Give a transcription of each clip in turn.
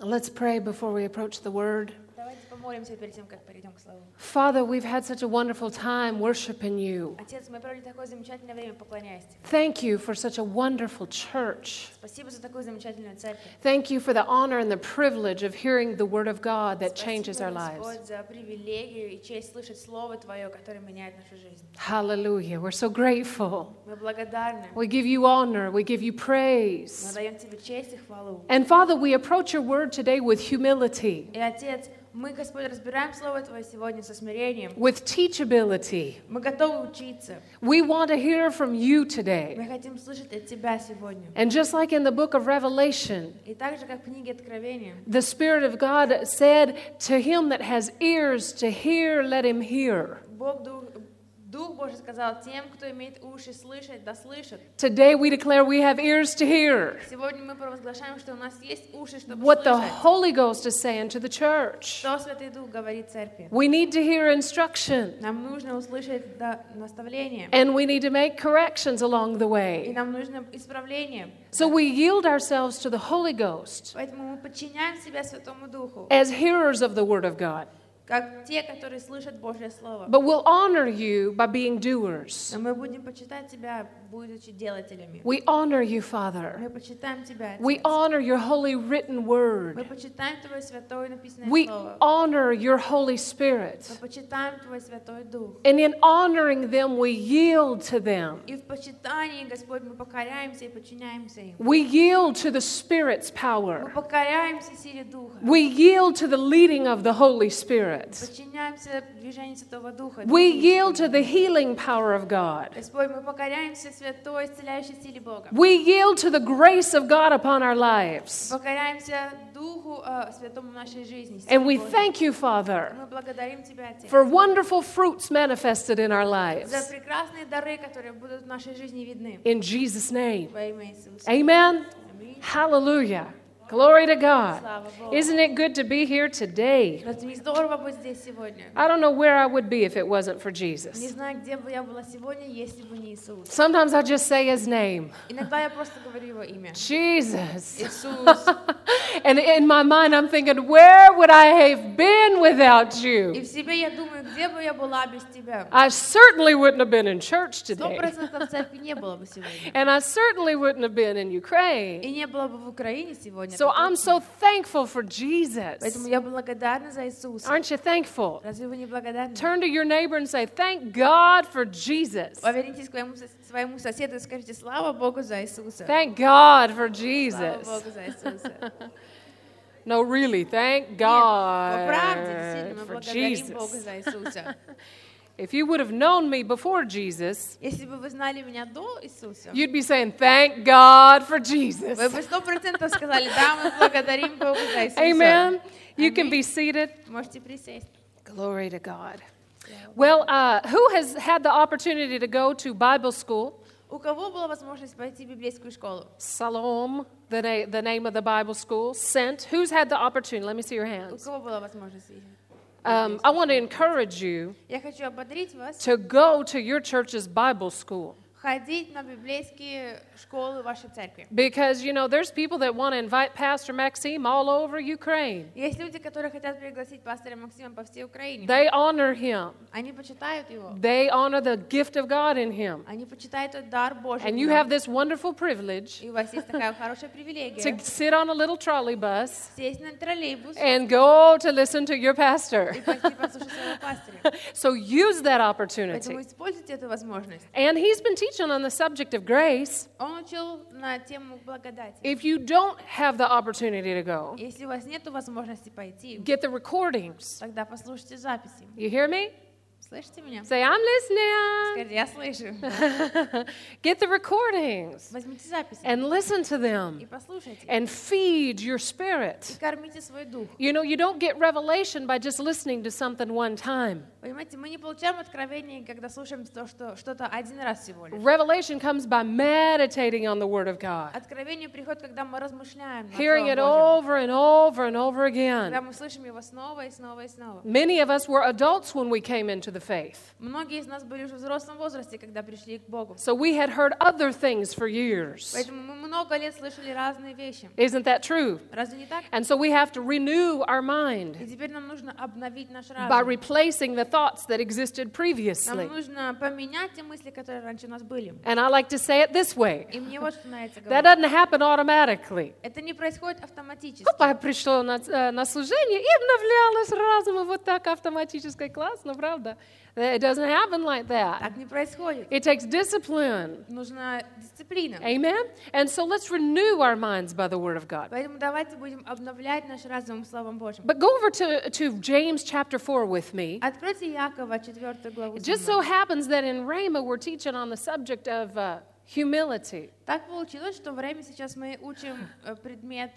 Let's pray before we approach the word. Давайте помолимся перед тем, как перейдем к слову. Father, we've had such a wonderful time worshiping you. Отец, мы провели такое замечательное время, поклоняясь тебе. Thank you for such a wonderful church. Спасибо за такую замечательную церковь. Thank you for the honor and the privilege of hearing the word of God that changes our Спасибо, lives. Господь, за привилегию и честь слышать Слово Твое, которое меняет нашу жизнь. Hallelujah. We're so grateful. Мы благодарны. We give you honor, we give you Мы praise. даем Тебе честь и хвалу. And Father, we approach your word today with humility, И, Отец, мы, Господь, разбираем Слово Твое сегодня со смирением. with teachability. Мы готовы учиться. We want to hear from you today. Мы хотим слышать от Тебя сегодня. And just like in the book of Revelation, И так же, как в книге Откровения, The Spirit of God said, To him that has ears to hear, let him hear. Бог Дух, Дух Божий сказал тем, кто имеет уши слышать, да слышат. Today we declare we have ears to hear Сегодня мы провозглашаем, что у нас есть уши, чтобы what the слышать. Holy Ghost is saying to the church. Что Святой Дух говорит церкви? We need to hear instruction Нам нужно услышать да- наставление, and we need to make corrections along the и way. нам нужно исправление. So we yield ourselves to the Holy Ghost Поэтому мы подчиняем себя Святому Духу, as hearers of the Word of God. как те, которые слышат Божье Слово. But we'll honor you by being doers. Но мы будем почитать Тебя, будучи делателями. We honor you, Father. Мы почитаем Тебя, We Отец. honor your holy written word. Мы почитаем Твое Святое написанное We Слово. honor your Holy Spirit. Мы почитаем Твой Святой Дух. And in honoring them, we yield to them. И в почитании, Господь, мы покоряемся и подчиняемся им. We yield to the Spirit's Мы power. покоряемся силе Духа. We yield to the leading of the Holy Spirit. Подчиняемся движению Святого Духа. We yield to the healing power of God. Господь, мы покоряемся святой, исцеляющей силе Бога. We yield to the grace of God upon our lives. Покоряемся Духу э, Святому нашей жизни. силе And we Божьей. thank you, Father, Мы благодарим Тебя, Отец, for wonderful fruits manifested in our за lives. прекрасные дары, которые будут в нашей жизни видны. In Jesus' name. Во имя Иисуса. Amen. Аминь. Hallelujah. Glory to God. Слава Богу. Isn't it good to be here today? Разве не здорово быть здесь сегодня? I don't know where I would be if it wasn't for Не Jesus. знаю, где бы я была сегодня, если бы не Иисус. Sometimes I just say his name, Иногда я просто говорю Его имя. Jesus. Иисус. and in my mind, I'm thinking, where would I have been without И you? в себе я думаю, где бы я была без Тебя? I certainly wouldn't have been in church Сто today. процентов церкви не было бы сегодня. And I certainly wouldn't have been in Ukraine. И не было бы в Украине сегодня. So это I'm точно. so thankful for Поэтому Jesus. я благодарна за Иисуса. Aren't you thankful? Разве вы не благодарны? А Turn to your neighbor and say, Thank God for Jesus. Повернитесь к своему, сос- своему соседу и скажите «Слава Богу за Иисуса!» Thank God for Слава Jesus. Богу за Иисуса! No, really, thank Нет, по правде, God for действительно, мы благодарим Бога Jesus. за Иисуса. If you would have known me before Jesus, Если бы вы знали меня до Иисуса, you'd be saying, Thank God for вы Jesus. бы сто процентов сказали «Да, мы благодарим Бога за Иисуса!» Amen. You can Amen. be seated. Можете присесть. Glory to God. Слава Богу. Well, uh, who has had the opportunity to go to Bible school? У кого была возможность пойти в библейскую школу? Salom, the, na- the name of the Bible school, sent. Who's had the opportunity? Let me see your У hands. кого была возможность? Um, I want to encourage you Я хочу ободрить вас, to go to your church's Bible school. ходить на библейские школы вашей церкви. Because, you know, there's people that want to invite Pastor Maxime all over Ukraine. Есть люди, которые хотят пригласить пастора Максима по всей Украине. They honor him, Они почитают его. they honor the gift of God in him. Они почитают этот дар Божий. And в you нем. have this wonderful privilege И у вас есть такая хорошая to Э. привилегия sit on a little trolley bus сесть на троллейбус and go to listen to your pastor. и пойти послушать своего пастыря. So use that opportunity. Поэтому используйте эту возможность. And he's been teaching on the subject of grace. Он учил на тему благодати. If you don't have the opportunity to go, Если у вас нет возможности пойти, get the recordings. тогда послушайте записи. You hear me? Слышите меня? Say, I'm listening. Скажите, я слышу. Э. Get the recordings Возьмите записи and listen to them. и послушайте. and feed your И spirit. кормите свой дух. You know, you don't get revelation by just listening to something one time. Понимаете, мы не получаем откровений, когда слушаем то, что что-то один раз всего лишь. Revelation comes by meditating on the Word of God, Откровение приходит, когда мы размышляем над hearing it Словом Божьим. over and over and over когда again. мы слышим его снова и снова и снова. Many of us were adults when we came into the faith. Многие из нас были уже в взрослом возрасте, когда пришли к Богу. So we had heard other things for years. Поэтому мы много лет слышали разные вещи. Isn't that true? Разве не так? And so we have to renew our mind И теперь нам нужно обновить наш by разум. replacing the thoughts that existed Нам previously. нужно поменять те мысли, которые раньше у нас были. And I like to say it this way И мне вот что нравится that говорить. doesn't happen automatically. Это не происходит автоматически. Опа, пришло на, э, на служение и обновлялось разум вот так автоматически. Классно, правда? Э, It doesn't happen like that. Так не происходит. It takes discipline. Нужна дисциплина. Amen? And so let's renew our minds by the Word of God. Поэтому давайте будем обновлять наш разум Словом Божьим. But go over to, to James chapter 4 with me. Откройте Якова, 4 главу. It just со so мной. happens that in Rhema, we're teaching on the subject of uh, humility. Так получилось, что время сейчас мы учим э, предмет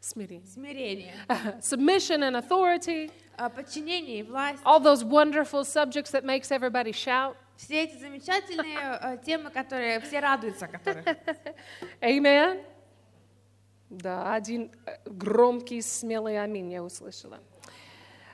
Smitty. смирения, Submission and authority, э, подчинение и власть. all those wonderful subjects that makes everybody shout. Все эти замечательные э, темы, которые все радуются, которых. Amen. Да, один э, громкий, смелый аминь я услышала.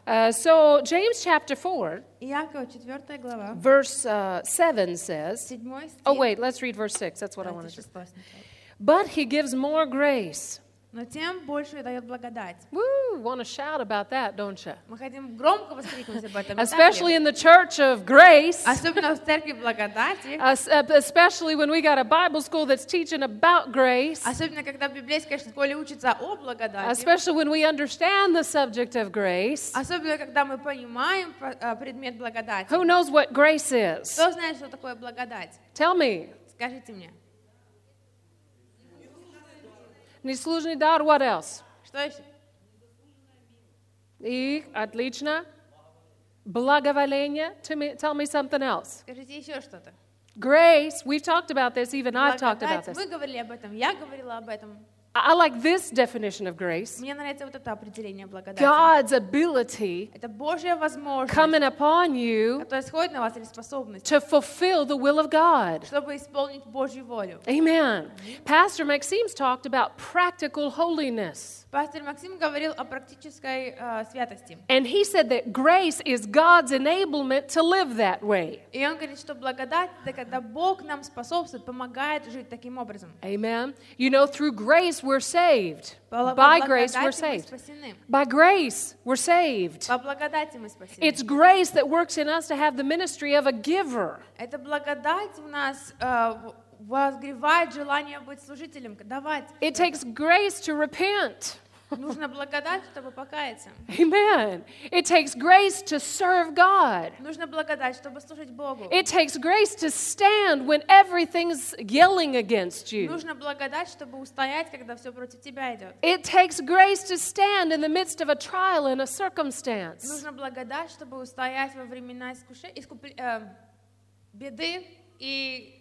Uh, so James chapter 4, Иакова, 4 глава, verse uh, 7 says, 7 стих. oh wait, let's read verse 6, that's what I wanted Давайте to шестой сначала. But he gives more grace. Но тем больше дает благодать. Woo, want to shout about that, don't you? Мы хотим громко воскликнуть об А этом. не так ли? Especially in the church of grace. Особенно в церкви благодати. Us- uh, especially when we got a Bible school that's teaching about grace, Особенно, когда в библейской школе учатся о благодати. especially when we understand the subject of grace. Особенно, когда мы понимаем про- э, предмет благодати. Who knows what grace is? Кто знает, что такое благодать? Tell me. Скажите мне. Неслужный дар, what else? Что еще? И отлично. Благоволение. To me- Tell me something else. Скажите еще что-то. Grace. We've talked about this. Even I've talked about this. Благодать. Мы говорили об этом, я говорила об этом. I I like this definition of grace. Мне нравится вот это определение благодати. God's ability Это Божья возможность, coming upon you которая сходит на вас, или способность, to fulfill the will of God. чтобы исполнить Божью волю. Amen. Pastor Maxime's talked about practical holiness. Пастор Максим говорил о практической э, святости. And he said that grace is God's enablement to live that way. И он говорит, что благодать — это когда Бог нам способствует, помогает жить таким образом. Amen. You know, through grace, we're saved. По, по By grace, we're благодати мы saved. спасены. By grace, we're saved. По благодати мы спасены. It's grace that works in us to have the ministry of a giver. Это благодать у нас э, в- возгревает желание быть служителем, давать. It takes grace to repent. Нужно благодать, чтобы покаяться. Amen. It takes grace to serve God. Нужно благодать, чтобы служить Богу. It takes grace to stand when everything's yelling against you. Нужно благодать, чтобы устоять, когда все против тебя идет. It takes grace to stand in the midst of a trial and a circumstance. Нужно благодать, чтобы устоять во времена искуше- искуп- э, беды и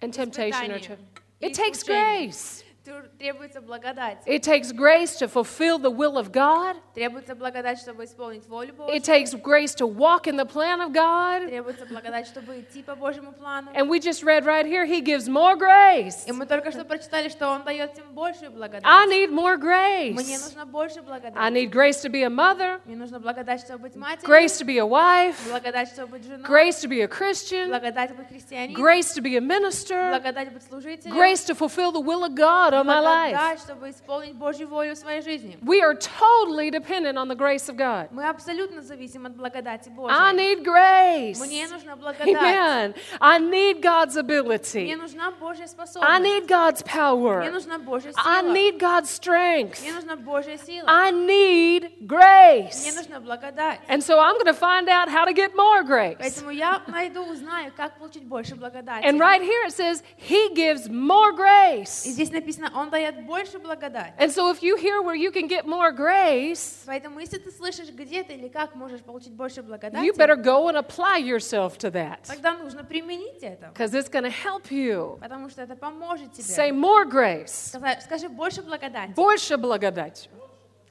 And temptation or испытания. tribulation. И It takes искушения. grace. Ту- Требуется благодать. It takes grace to fulfill the will of God. Требуется благодать, чтобы исполнить волю Божью. It takes grace to walk in the plan of God. Требуется благодать, чтобы идти по Божьему плану. And we just read right here, He gives more grace. И мы только что прочитали, что Он дает им большую I благодать. need more Мне grace. нужно больше I благодати. need grace to be a mother, Мне нужно благодать, чтобы быть матерью, grace to be a wife, благодать, чтобы быть женой, grace to be a Christian, благодать быть христианином, grace to be a minister, благодать быть служителем, grace to fulfill the will of God on my life. благодать, чтобы исполнить Божью волю в своей жизни. We are totally dependent on the grace of God. Мы абсолютно зависим от благодати I Божьей. need grace. Мне нужна благодать. Amen. I need God's Мне ability. нужна Божья I способность. need God's Мне power. нужна Божья I сила. need God's strength. Мне нужна Божья сила. I need Мне grace. нужна благодать. And so I'm going to find out how to get more grace. Поэтому я найду, узнаю, как получить больше благодати. And right here it says, He gives more И grace. здесь написано, Он дает больше благодать. And so if you hear where you can get more grace, Поэтому, если ты слышишь, где ты или как можешь получить больше you благодати, better go and apply yourself to that тогда нужно применить это, because it's going to help you. потому что это поможет тебе. Say more grace. Сказа- Скажи больше благодати. Больше благодати.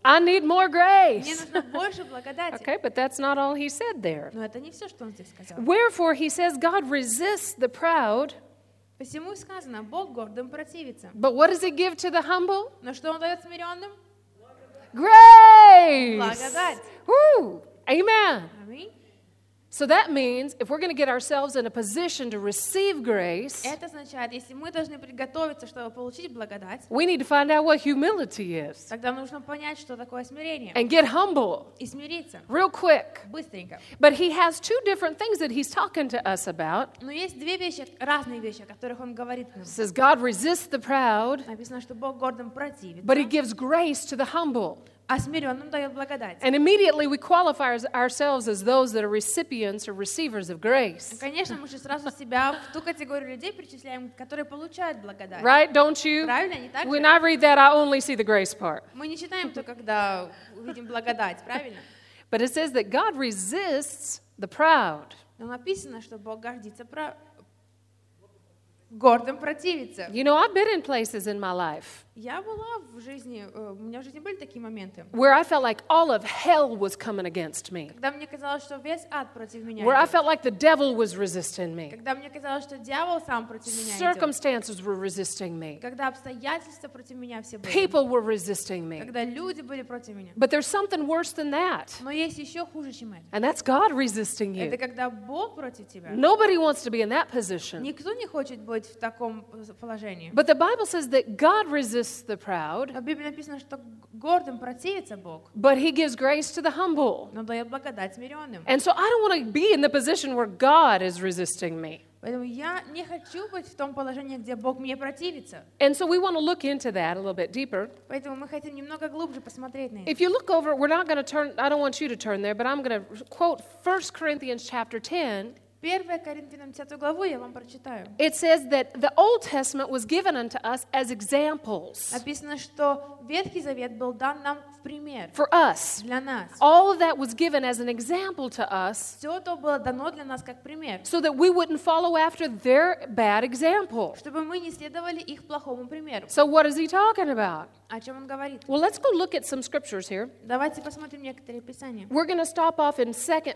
I need more Мне grace. нужно больше благодати. Okay, but that's not all he said there. Но это не все, что он здесь сказал. Wherefore, he says, God resists the proud, Посему и сказано, Бог гордым противится. but what does he give to the humble? Но что он дает смиренным? Grace! Благодать. Woo! Amen. Аминь. So that means if we're going to get ourselves in a position to receive grace, Это означает, если мы должны приготовиться, чтобы получить благодать, we need to find out what humility is тогда нужно понять, что такое смирение. and get humble И смириться. real quick. Быстренько. But he has two different things that he's talking to us about. Но есть две вещи, разные вещи, о которых он говорит нам. He says, God resists the proud, Написано, что Бог гордым противит, but he gives grace to the humble. а смиренным дает благодать. And immediately we qualify as- ourselves as those that are recipients or receivers of grace. Конечно, мы же сразу себя в ту категорию людей причисляем, которые получают благодать. Right? Don't you? Правильно, не так When же? I read that, I only see the grace part. Мы не читаем то, когда увидим благодать, правильно? But it says that God resists the proud. Но написано, что Бог гордится про... гордым противится. You know, I've been in places in my life Я была в жизни, э, у меня в жизни были такие моменты, where I felt like all of hell was coming against me, когда мне казалось, что весь ад против меня where I идет. felt like the devil was resisting me, Когда мне казалось, что дьявол сам против меня идет. circumstances were resisting me, Когда обстоятельства против меня все были. people were resisting me. Когда люди были против меня. But there's something worse than that, Но есть еще хуже, чем это. and that's God resisting Это you. когда Бог против тебя. Nobody wants to be in that position. Никто не хочет быть в таком положении. But the Bible says that God resists the proud, Но В Библии написано, что гордым противится Бог, but he gives grace to the humble. но дает благодать смиренным. And so I don't want to be in the position where God is resisting me. Поэтому я не хочу быть в том положении, где Бог мне противится. And so we want to look into that a little bit deeper. Поэтому мы хотим немного глубже посмотреть на это. If you look over, we're not going to turn, I don't want you to turn there, but I'm going to quote 1 Corinthians chapter 10. 1 Коринфянам 10 главу я вам прочитаю. It says that the Old Testament was given unto us as examples Написано, что Ветхий Завет был дан нам в пример for us. для нас. All of that was given as an example to us Все то было дано для нас как пример, so that we wouldn't follow after their bad example. чтобы мы не следовали их плохому примеру. So, what is he talking about? О чем он говорит? Well, let's go look at some scriptures here. Давайте посмотрим некоторые писания. We're going to stop off in 2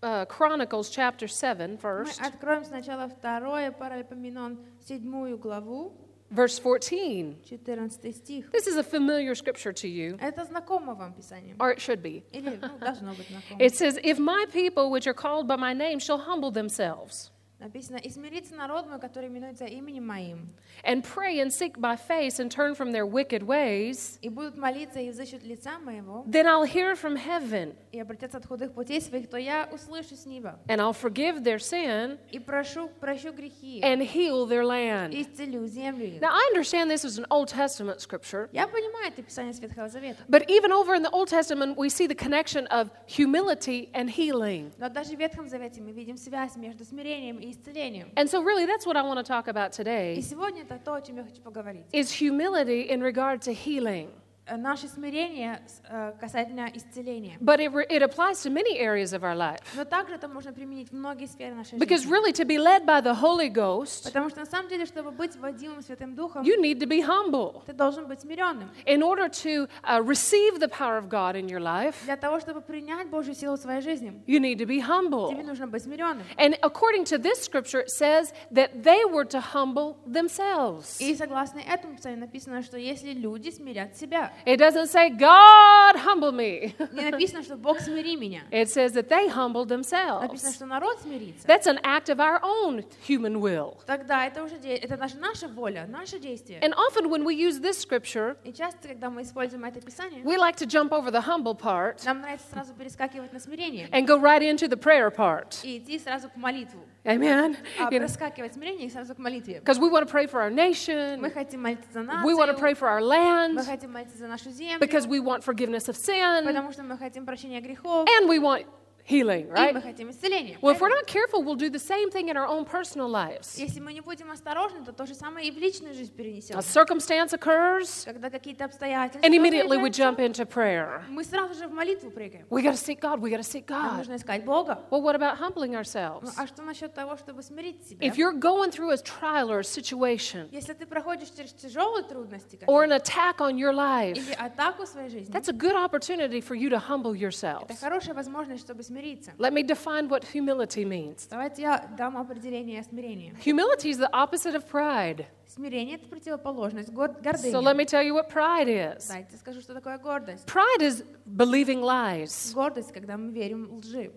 uh, Chronicles chapter 7 Мы first, откроем сначала второе Паралипоменон, седьмую главу, verse 14. 14 стих. This is a familiar scripture to you, Это знакомо вам писание? or it should be. Или ну, должно быть знакомо. It says, If my people which are called by my name shall humble themselves Написано, «И смирится народ мой, который именуется именем моим, and pray and seek my face and turn from their wicked ways, и будут молиться и взыщут лица моего, then I'll hear from heaven и обратятся от худых путей своих, то я услышу с неба, and I'll forgive their sin и прошу, прощу грехи, and heal their land. и исцелю землю их». Now, I understand this is an Old Testament scripture, Я понимаю это писание с Ветхого Завета, but even over in the Old Testament, we see the connection of humility and healing. но даже в Ветхом Завете мы видим связь между смирением и исцелением. And so, really, that's what I want to talk about И today сегодня это то, о чем я хочу поговорить. is humility in regard to healing. Э, Наше смирение с- э, касательно исцеления. But it, re- it applies to many areas of our life. Но также это можно применить в многие сферы нашей Because жизни. really, to be led by the Holy Ghost, Потому что на самом деле, чтобы быть водимым Святым Духом, you need to be humble. ты должен быть смиренным. In order to uh, receive the power of God in your life, Для того, чтобы принять Божью силу в своей жизни, you need to be тебе humble. нужно быть смиренным. And according to this scripture, it says that they were to humble themselves. И согласно этому писанию написано, что если люди смирят себя, It doesn't say, God, humble me. не написано, что Бог смири меня. It says that they humbled Написано, themselves. что народ смирится. That's an act of our own human will. Тогда это уже де- это наша, наша воля, наше действие. And often when we use this scripture, И часто, когда мы используем это писание, we like to jump over the humble part нам нравится сразу перескакивать на смирение and go right into the prayer part. и идти сразу к молитву. Amen. А You know, проскакивать смирение и сразу к молитве. because we want to pray for our Мы nation. хотим молиться за We want to нацию, pray for our мы land хотим молиться за нашу землю, because we want forgiveness of sin потому что мы хотим прощения грехов, and we want healing, и мы right? хотим исцеления. Well, if we're not careful, we'll do the same thing in our own personal lives. Если мы не будем осторожны, то то же самое и в личную жизнь перенесем. A circumstance occurs, Когда какие-то обстоятельства, and immediately we появляются, jump А. into prayer. мы сразу же в молитву прыгаем. We got to seek God. We got to seek Нам God. нужно искать Бога. Well, what about humbling Ну, ourselves? а что насчет того, чтобы смирить себя? If you're going through a trial or a situation Если ты проходишь через тяжелые трудности or какие-то, an attack on your или life, атаку в своей жизни, that's a good opportunity for you to humble это yourself. хорошая возможность, чтобы смириться. Let me define what humility means. Давайте я дам определение смирения. Humility is the opposite of pride. Смирение — это противоположность гор- гордыне. So let me tell you what pride is. Давайте скажу, что такое гордость. Pride is believing lies. Гордость, когда мы верим лжи.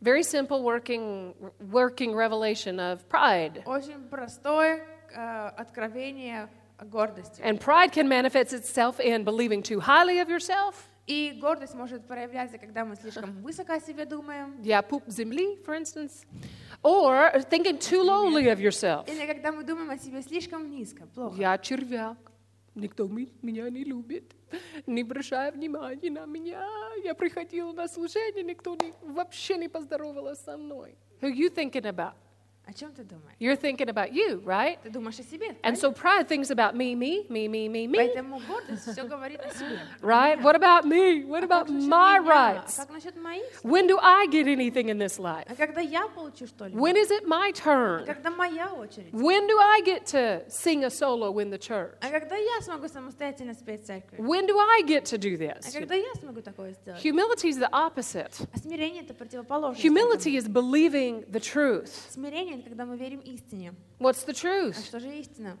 Very simple working, working revelation of pride. Очень простое э, откровение гордости. And pride can manifest itself in believing too highly of yourself. И гордость может проявляться, когда мы слишком высоко о себе думаем, Yeah, poop zimli, for instance. Or thinking too lowly of yourself. или когда мы думаем о себе слишком низко, плохо. Я червяк. Никто ми- меня не любит. Не обращая внимания на меня. Я приходила на служение, никто не- вообще не поздоровалась со мной. Who you thinking about? О чем ты думаешь? You're thinking about you, right? Ты думаешь о себе, And so pride thinks about me, me, me, me, me, me. поэтому гордость все говорит о себе. Right? What about me? А What как about насчет my меня? А rights? Как насчет моих? When do I get anything in this life? А когда я получу что-либо? А When is it my turn? Когда моя очередь? When do I get to sing a solo in the church? А когда я смогу самостоятельно спеть в церкви? When do I get to do А this? когда я смогу такое сделать? Humility is the opposite. А смирение это противоположность. Humility is believing the truth. этому. Смирение это когда мы верим истине. What's the А truth? что же истина?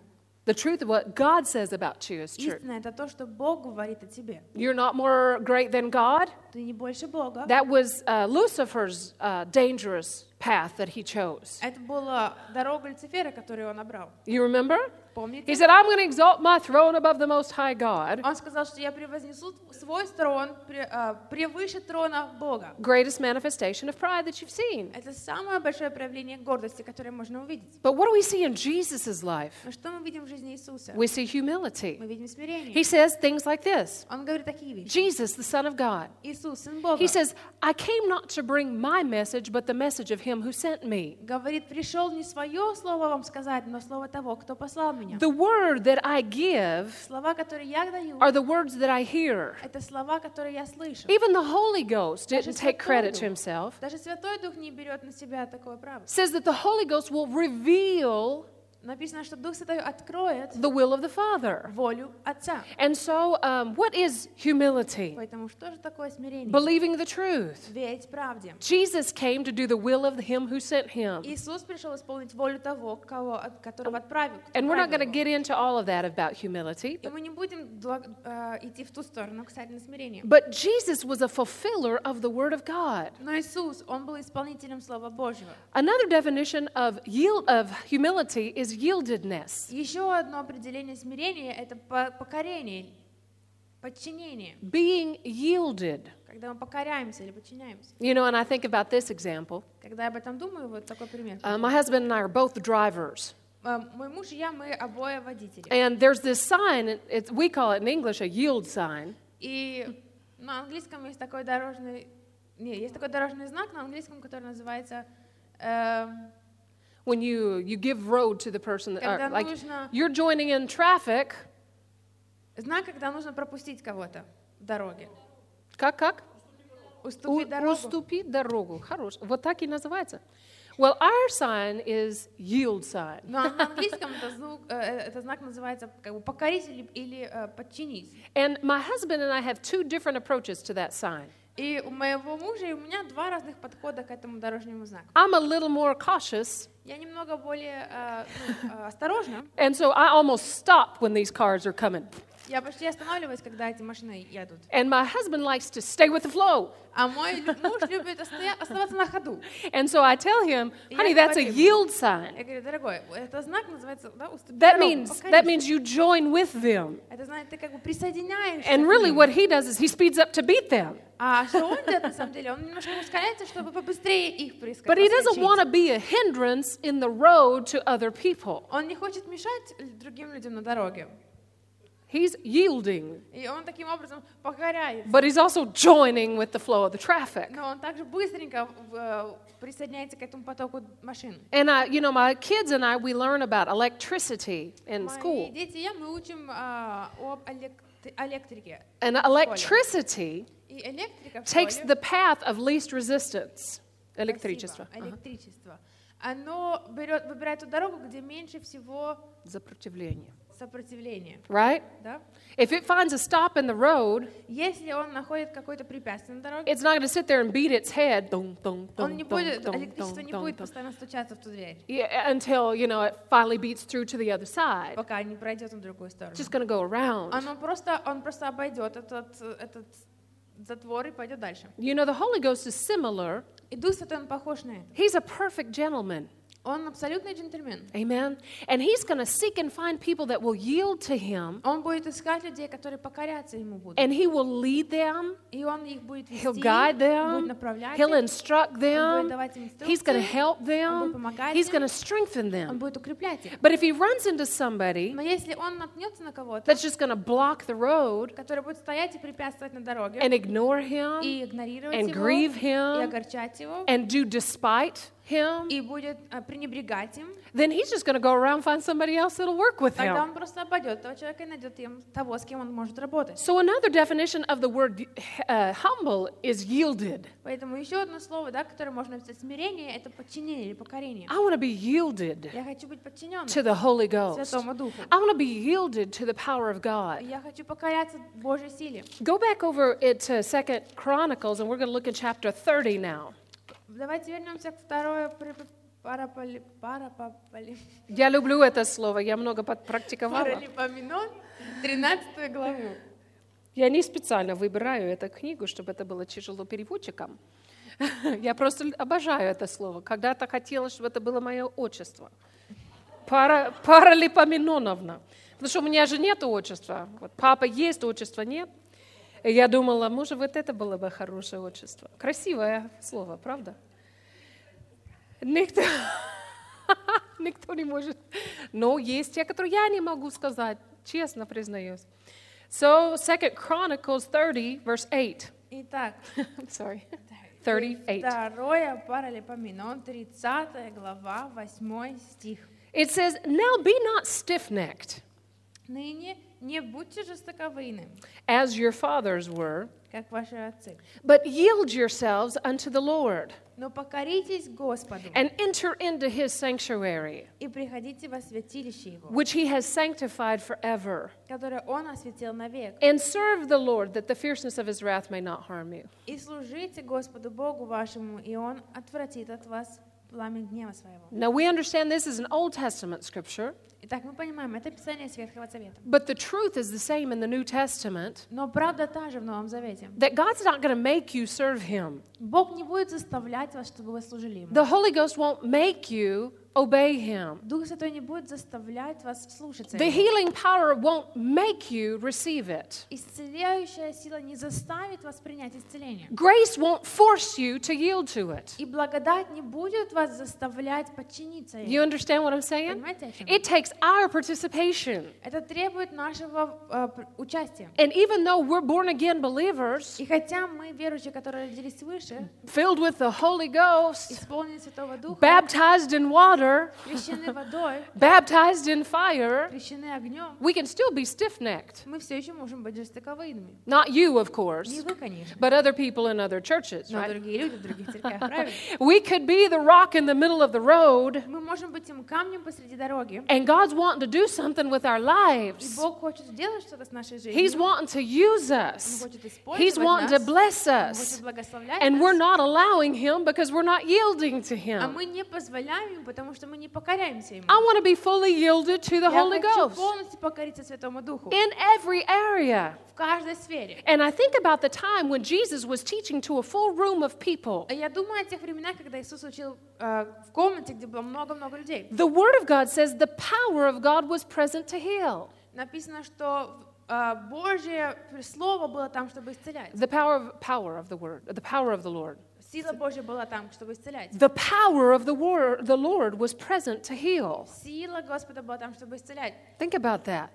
The truth of what God says about you is true. Истина это то, что Бог говорит о тебе. You're not more great than God. Ты не больше Бога. That was uh, Lucifer's uh, dangerous path that he chose. Это была дорога Люцифера, которую он обрал. You remember? He Помните? said, I'm going to exalt my throne above the Most High God. Он сказал, что я превознесу свой трон пре- а, превыше трона Бога. Greatest manifestation of pride that you've seen. Это самое большое проявление гордости, которое можно увидеть. But what do we see in Jesus' life? Но что мы видим в жизни Иисуса? We see humility. Мы видим He смирение. says things like this Он говорит такие вещи. Jesus, the Son of God. Иисус, Сын Бога, He says, I came not to bring my message, but the message of him who sent me. говорит, пришел не свое слово вам сказать, но слово того, кто послал меня. The word that I give Слова, которые я даю, are the words that I hear. это слова, которые я слышу. Even the Holy Ghost didn't Даже take Святой credit to Дух. himself. Даже Святой Дух не берет на себя такое право. Says that the Holy Ghost will reveal Написано, что Дух Святой откроет the will of the Father. волю Отца. And so, um, what is humility? Поэтому что же такое смирение? Believing the truth. Верить правде. Jesus came to do the will of him who sent him. Иисус пришел исполнить волю того, кого, от которого отправил. кто And we're not going to отправил его. get into all of that about humility. И But, мы не будем дла- э, идти в ту сторону, кстати, на смирение. but Jesus was a fulfiller of the Word of God. Но Иисус, Он был исполнителем Слова Божьего. Another definition of yield of humility is yieldedness. Еще одно определение смирения — это по- покорение, подчинение. Being yielded. Когда мы покоряемся или подчиняемся. You know, and I think about this example. Когда я об этом думаю, вот такой пример. Uh, my husband and I are both drivers. Э, Мой муж и я, мы обои водители. And there's this sign, it- it's, we call it in English a yield sign. И на английском есть такой дорожный... Не, есть такой дорожный знак на английском, который называется... э, When you, you give road to the person, that, когда or, Э, like нужно... you're joining in traffic. Знак, когда нужно пропустить кого-то в дороге. Как, как? У- Уступить дорогу. Уступи дорогу. Хорош. Вот так и называется. Well, our sign is yield sign. Но на английском это, звук, э, это знак называется как бы покорить или, или, э, подчинить. And my husband and I have two different approaches to that sign. И у моего мужа и у меня два разных подхода к этому дорожнему знаку. I'm a little more cautious, Я немного более э, ну, э, осторожна. and so I almost stop when these cars are coming. Я почти останавливаюсь, когда эти машины едут. And my husband likes to stay with the flow. А мой лю- муж любит остоя- оставаться на ходу. And so I tell him, honey, Yeah, that's a but- yield sign. Я говорю, дорогой, это знак называется, да, уступить That дорогу, means покорись». that means you join with them. Это значит, ты как бы присоединяешься. And к really ним. what he does is he speeds up to beat them. А что он делает на самом деле? Он немножко ускоряется, чтобы побыстрее их происходить. But he doesn't want to be a hindrance in the road to other people. Он не хочет мешать л- другим людям на дороге. He's yielding, И он таким образом покоряется. but he's also joining with the flow of the traffic. Но он также быстренько в- э, присоединяется к этому потоку машин. And I, you know, my kids and I, we learn about electricity in Мои school. дети и я, мы учим а, об элект- электрике. And electricity И электрика в takes школе- the path of least resistance. Спасибо, Электричество. Ага. Электричество. Оно берет, выбирает ту дорогу, где меньше всего Сопротивление. сопротивления. Right? Да? If it finds a stop in the road, Если он находит какое-то препятствие на дороге, it's not going to sit there and beat its head. Dun, dun, dun, он не dun, будет, dun, электричество dun, не dun, будет dun. постоянно стучаться в ту дверь, Yeah, until, you know, it finally beats through to the other side. пока не пройдет на другую сторону. It's just going to go around. Оно просто, он просто обойдет этот, этот затвор и пойдет дальше. You know, the Holy Ghost is similar И Дух Святой, Он похож на это. He's a perfect gentleman. Он абсолютный джентльмен. Amen. And he's going to seek and find people that will yield to him, Он будет искать людей, которые покорятся Ему будут. and he will lead them. И Он их будет Э, вести, He'll guide будет them. направлять He'll их, instruct them. He's going to help them. He's going to strengthen Он them. будет укреплять их. But if he runs into somebody Но если Он наткнется на кого-то, that's just going to block the road который будет стоять и препятствовать на дороге, and ignore him и игнорировать and его, grieve и him огорчать его, and do despite him, и будет а, пренебрегать им, then he's just going to go around and find somebody else that'll work with тогда him. он просто обойдет этого человека и найдет им того, с кем он может работать. So another definition of the word uh, humble is yielded. Поэтому еще одно слово, да, которое можно написать смирение, это подчинение или покорение. I want to be yielded Я хочу быть подчиненным to the Holy Ghost. Святому Духу. I want to be yielded to the power of God. Я хочу покоряться Божьей силе. Go back over it to Second Chronicles, and we're going to look at chapter 30 now. Давайте вернемся к второй парапали, парапали, Я люблю это слово, я много практиковала. паралипоменон, 13 главу. Я не специально выбираю эту книгу, чтобы это было тяжело переводчикам. Я просто л- обожаю это слово. Когда-то хотела, чтобы это было мое отчество. Пара, Паралипоменоновна. Потому что у меня же нет отчества. Вот папа есть, отчества нет. И я думала, может, вот это было бы хорошее отчество. Красивое слово, правда? Никто, никто не может. Но есть те, которые я не могу сказать, честно признаюсь. So, 2 Chronicles 30, verse 8. Итак, I'm sorry. 38. второе паралипоменон, 30 глава, 8 стих. It says, Now be not stiff necked, Ныне не будьте жестоковыны, as your fathers were, как ваши отцы, but yield yourselves unto the Lord, но покоритесь Господу and enter into his sanctuary, и приходите во святилище Его, which he has sanctified forever, которое Он осветил навек, and serve the Lord, that the fierceness of his wrath may not harm you. и служите Господу Богу вашему, и Он отвратит от вас пламя гнева своего. Now, we understand this is an Old Testament scripture, Итак, мы понимаем, это Писание Светского Завета. but the truth is the same in the New Testament Но правда та же в Новом Завете. that God's not going to make you serve him. Бог не будет заставлять вас, чтобы вы служили Ему. The Holy Ghost won't make you obey him. Дух Святой не будет заставлять вас слушаться The Его. healing power won't make you receive it. Исцеляющая сила не заставит вас принять исцеление. Grace won't force you to yield to it. И благодать не будет вас заставлять подчиниться ей. You understand what I'm saying? Понимаете, о чем я? It takes our participation. Это требует нашего э, пр- участия. And even though we're born again believers, И хотя мы, верующие, которые родились свыше, filled with the Holy Ghost, исполнены Святого Духа, baptized in water, крещены водой, baptized in fire, крещены огнем, we can still be stiff necked. мы все еще можем быть жестоковыми. Not you, of Не course, вы, конечно, but other people in other churches, но right? другие люди в других церквях, правильно? We could be the rock in the middle of the road, Мы можем быть им камнем посреди дороги. and God's wanting to do something with our И lives. Бог хочет сделать что-то с нашей He's жизнью. wanting to use Он us, хочет использовать He's wanting to нас. bless Он хочет us. благословлять And we're нас. not allowing Him because we're not yielding to А Him. мы не позволяем им, потому что мы не покоряемся ему. I want to be fully yielded to the Я А Holy хочу Ghost полностью покориться Святому Духу in every area. в каждой сфере. And I think about the time when Jesus was teaching to a full room of people. А Я думаю о тех временах, когда Иисус учил э, в комнате, где было много-много людей. The Word of God says the power of God was present to heal. Написано, что э, Божье Слово было там, чтобы исцелять. The power of power of the Word, the power of the Lord. Сила Божья была там, чтобы исцелять. The power of the word, the Lord was present to heal. Сила Господа была там, чтобы исцелять. Think about that.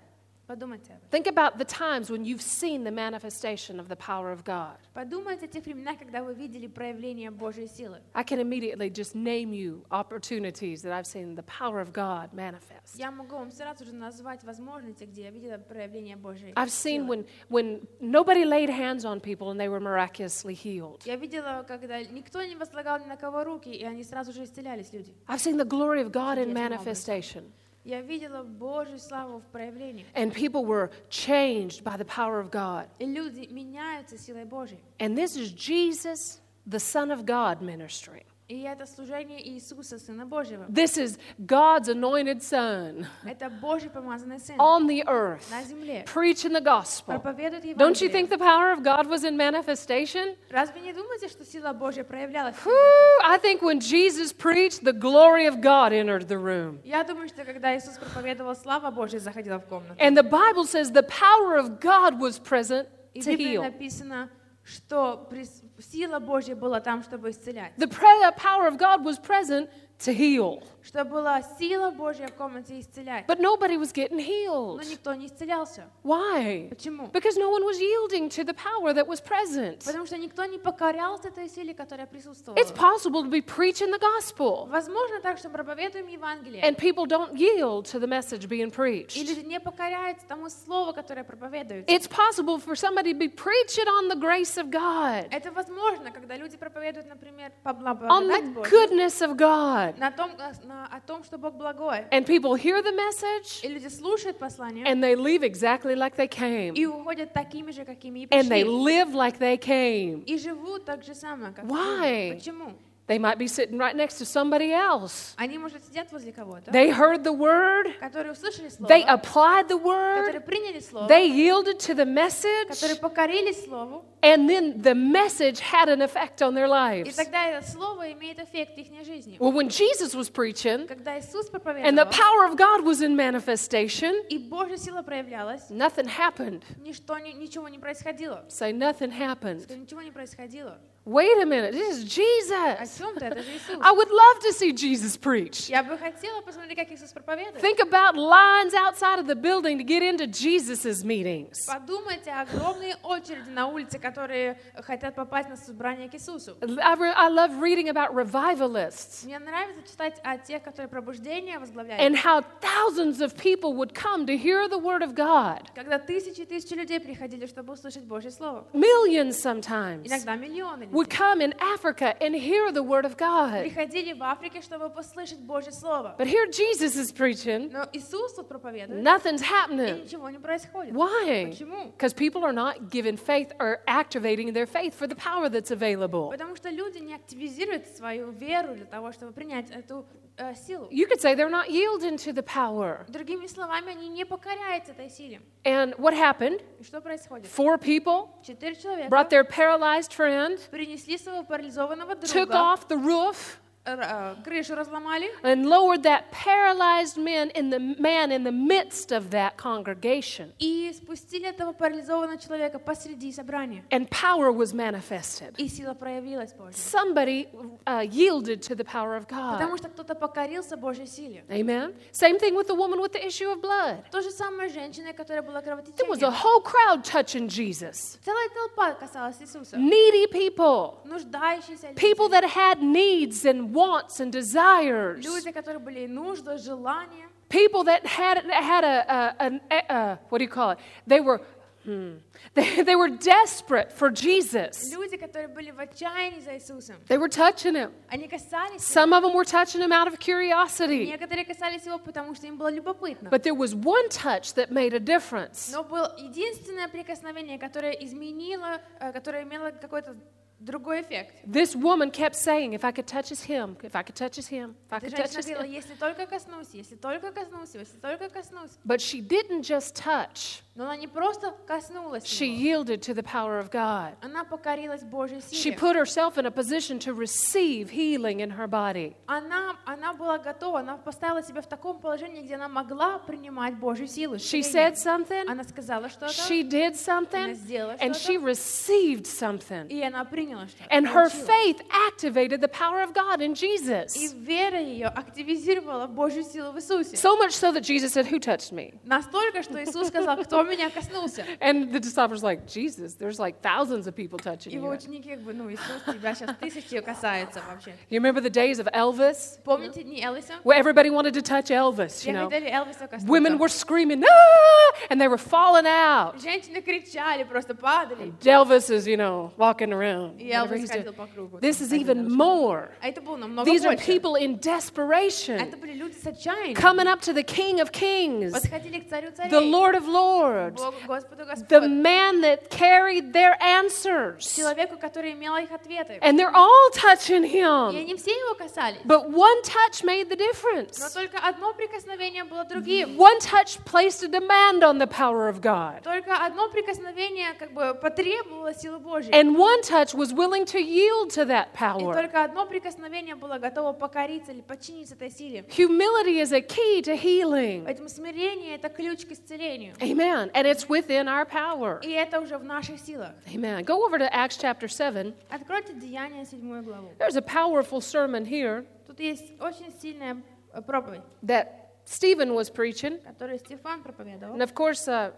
Подумайте об этом. Think about the times when you've seen the manifestation of the power of God. Подумайте о тех временах, когда вы видели проявление Божьей силы. I can immediately just name you opportunities that I've seen the power of God manifest. Я могу вам сразу же назвать возможности, где я видела проявление Божьей I've seen силы. when, when nobody laid hands on people and they were miraculously healed. Я видела, когда никто не возлагал ни на кого руки, и они сразу же исцелялись, люди. I've seen the glory of God in Yes, Mama. manifestation. Я видела Божью славу в проявлении. And people were changed by the power of God. И люди меняются силой Божьей. And this is Jesus, the Son of God, ministering. И это служение Иисуса, Сына Божьего. This is God's anointed son Это Божий помазанный Сын on the earth, на земле. preaching the gospel. Проповедует Don't you Евангелие. think the power of God was in manifestation? Разве не думаете, что сила Божья проявлялась? Whew, I think when Jesus preached, the glory of God entered the room. Я думаю, что когда Иисус проповедовал, слава Божья заходила в комнату. And the Bible says the power of God was present И в to Библии heal. написано, что прис- сила Божья была там, чтобы исцелять. The pre- power of God was present to heal. Что была сила Божья в комнате исцелять. But nobody was getting Но healed. никто не исцелялся. Why? Почему? Because no one was yielding to the power that was present. Потому что никто не покорялся той силе, которая присутствовала. It's possible to be preaching the gospel Возможно так, что мы проповедуем Евангелие, and people don't yield to the message being и preached. люди не покоряются тому слову, которое проповедуется. It's possible for somebody to be preaching on the grace of God, Это возможно, когда люди проповедуют, например, по бла- on благодать the Божью, goodness of God, на том, э, на- о том, что Бог благой. and people hear the message И люди слушают послание and they leave exactly like they came, и уходят такими же, какими и and they пришли. live like they came. И живут так же само, как Why? люди. Почему? They might be sitting right next to somebody else. Они, может, сидят возле кого-то, They heard the word, которые услышали слово, they applied the word, которые приняли слово, They yielded to the message, которые покорились слову, and then the message had an effect on their и lives. тогда это слово имеет эффект в их жизни. Well, when Jesus was preaching Когда Иисус and the проповедовал, power of God was in manifestation, и Божья сила проявлялась, nothing happened. ничто, ни- ничего не происходило. Say, nothing happened. Скажи, Ничего не происходило. Wait a minute, this is О Jesus. чем ты? Это же Иисус. I would love to see Jesus preach. Я бы хотела посмотреть, как Иисус проповедует. Think about lines outside of the building to get into Jesus' meetings. Подумайте о огромной очереди на улице, которые хотят попасть на собрание к Иисусу. I, re- I love reading about revivalists Мне нравится читать о тех, которые пробуждение возглавляют. and how thousands of people would come to hear the Word of God. Когда тысячи и тысячи людей приходили, чтобы услышать Божье Слово. Millions sometimes Иногда миллионы would людей come in Africa and hear the word of God. приходили в Африке, чтобы послышать Божье Слово. But here Jesus is preaching, Но Иисус тут проповедует, nothing's и happening. ничего не происходит. Why? Почему? Because people are not giving faith or activating their faith for the power that's available. Потому что люди не активизируют свою веру для того, чтобы принять эту э, силу. You could say they're not yielding to the power. Другими словами, они не покоряются этой силе. And what happened? И что происходит? Four people Четыре человека brought their paralyzed friend, принесли своего парализованного took друга, off the roof, р- э, крышу разломали and lowered that paralyzed man in the man in the midst of that congregation. и спустили этого парализованного человека посреди собрания. And power was manifested. И сила проявилась Божья. somebody uh, yielded to the power of Потому God. что кто-то покорился Божьей силе. Amen. Same thing with the woman with the issue of blood. То же самое женщина, которая была There was a кровотечением. whole crowd touching Jesus. Целая толпа касалась Иисуса. Needy people, Нуждающиеся people люди, that had needs and wants and desires, люди, которые были нужды, желания. people that had had a, a an a, a- what do you call it? They were hmm, they, they were desperate for Jesus. Люди, которые были в отчаянии за Иисусом, They were touching him. они касались его. Some of them were touching him out of curiosity, Некоторые касались его, потому что им было любопытно. but there was one touch that made a difference. Но было единственное прикосновение, которое изменило, э, которое имело какой-то другой эффект. This woman kept saying, If I could touch his him, if I could touch his him, if I Эта could touch женщина his говорила, him. если только коснусь, если только коснусь, его, если только коснусь. But she didn't just touch, Но она не просто коснулась she его, yielded to the power of God. она покорилась Божьей She силе. put herself in a position to receive healing in her body. Она, она была готова, она поставила себя в таком положении, где она могла принимать Божью силу. She исцеление. said something, Она сказала что-то, she did она something, сделала and she что-то, received something. и она приняла что-то. And her получила. faith activated the power of God in И Jesus. вера ее активизировала Божью силу в Иисусе. So much so that Jesus said, Who touched me? Настолько, что Иисус сказал, кто меня коснулся. And the disciples were like, Jesus, there's like thousands of people touching you. Его right ученики как бы, ну, Иисус, тебя сейчас тысячи касается вообще. You remember the days of Elvis? Помните дни Элвиса? Well, everybody wanted to touch Elvis, you Я know. хотели Элвиса коснуться. Women were screaming, ah! and they were falling out. Женщины кричали, просто падали. Elvis is, you know, walking around. И я whatever уже he's doing. сходил по кругу. This там, is ходил, even нарушил. more. А это было намного These are больше. people in Это desperation были люди с отчаянием. coming up to the King of Kings, Подходили к царю царей, the Lord of Lords, Богу Господу the Господь, man that carried their answers. человеку, который имел их ответы. And they're all touching И him. они все его касались. But one touch made the Но difference. только одно прикосновение было другим. One touch placed a demand on the power of God. Только одно прикосновение как бы потребовало силы Божьей. And one touch was willing to yield to that И power. только одно прикосновение было готово покориться или подчиниться этой силе. Humility is a key to healing. Поэтому смирение — это ключ к исцелению. Amen. And it's within our power. И это уже в наших силах. Amen. Go over to Acts chapter 7. Откройте Деяния 7 главу. There's a powerful sermon here Тут есть очень сильная э, проповедь, that Stephen was preaching. которую Стефан проповедовал. And of course, uh,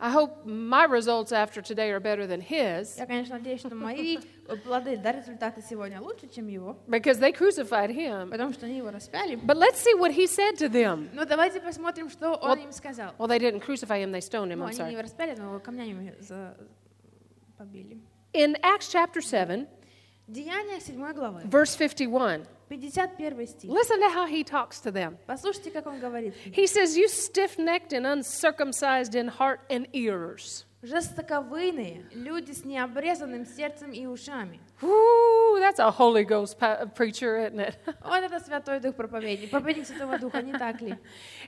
I hope my results after today are better than his Я, конечно, надеюсь, что мои э, плоды, да, результаты сегодня лучше, чем его, because they crucified him. потому что они его распяли. But let's see what he said to them. Но давайте посмотрим, что он Вот. им сказал. Well, they didn't crucify him, they stoned him. Ну, I'm они не sorry. его распяли, но его камнями за- побили. In Acts chapter 7, Деяния 7 главы, verse 51, 51 стих. listen to how he talks to them. Послушайте, как он говорит. He says, You stiff necked and uncircumcised in heart and ears. Жестоковыйные люди с необрезанным сердцем и ушами. Woo, that's a Holy Ghost pa- uh, preacher, isn't it? Вот это Святой Дух проповедник, проповедник Святого Духа, не так ли?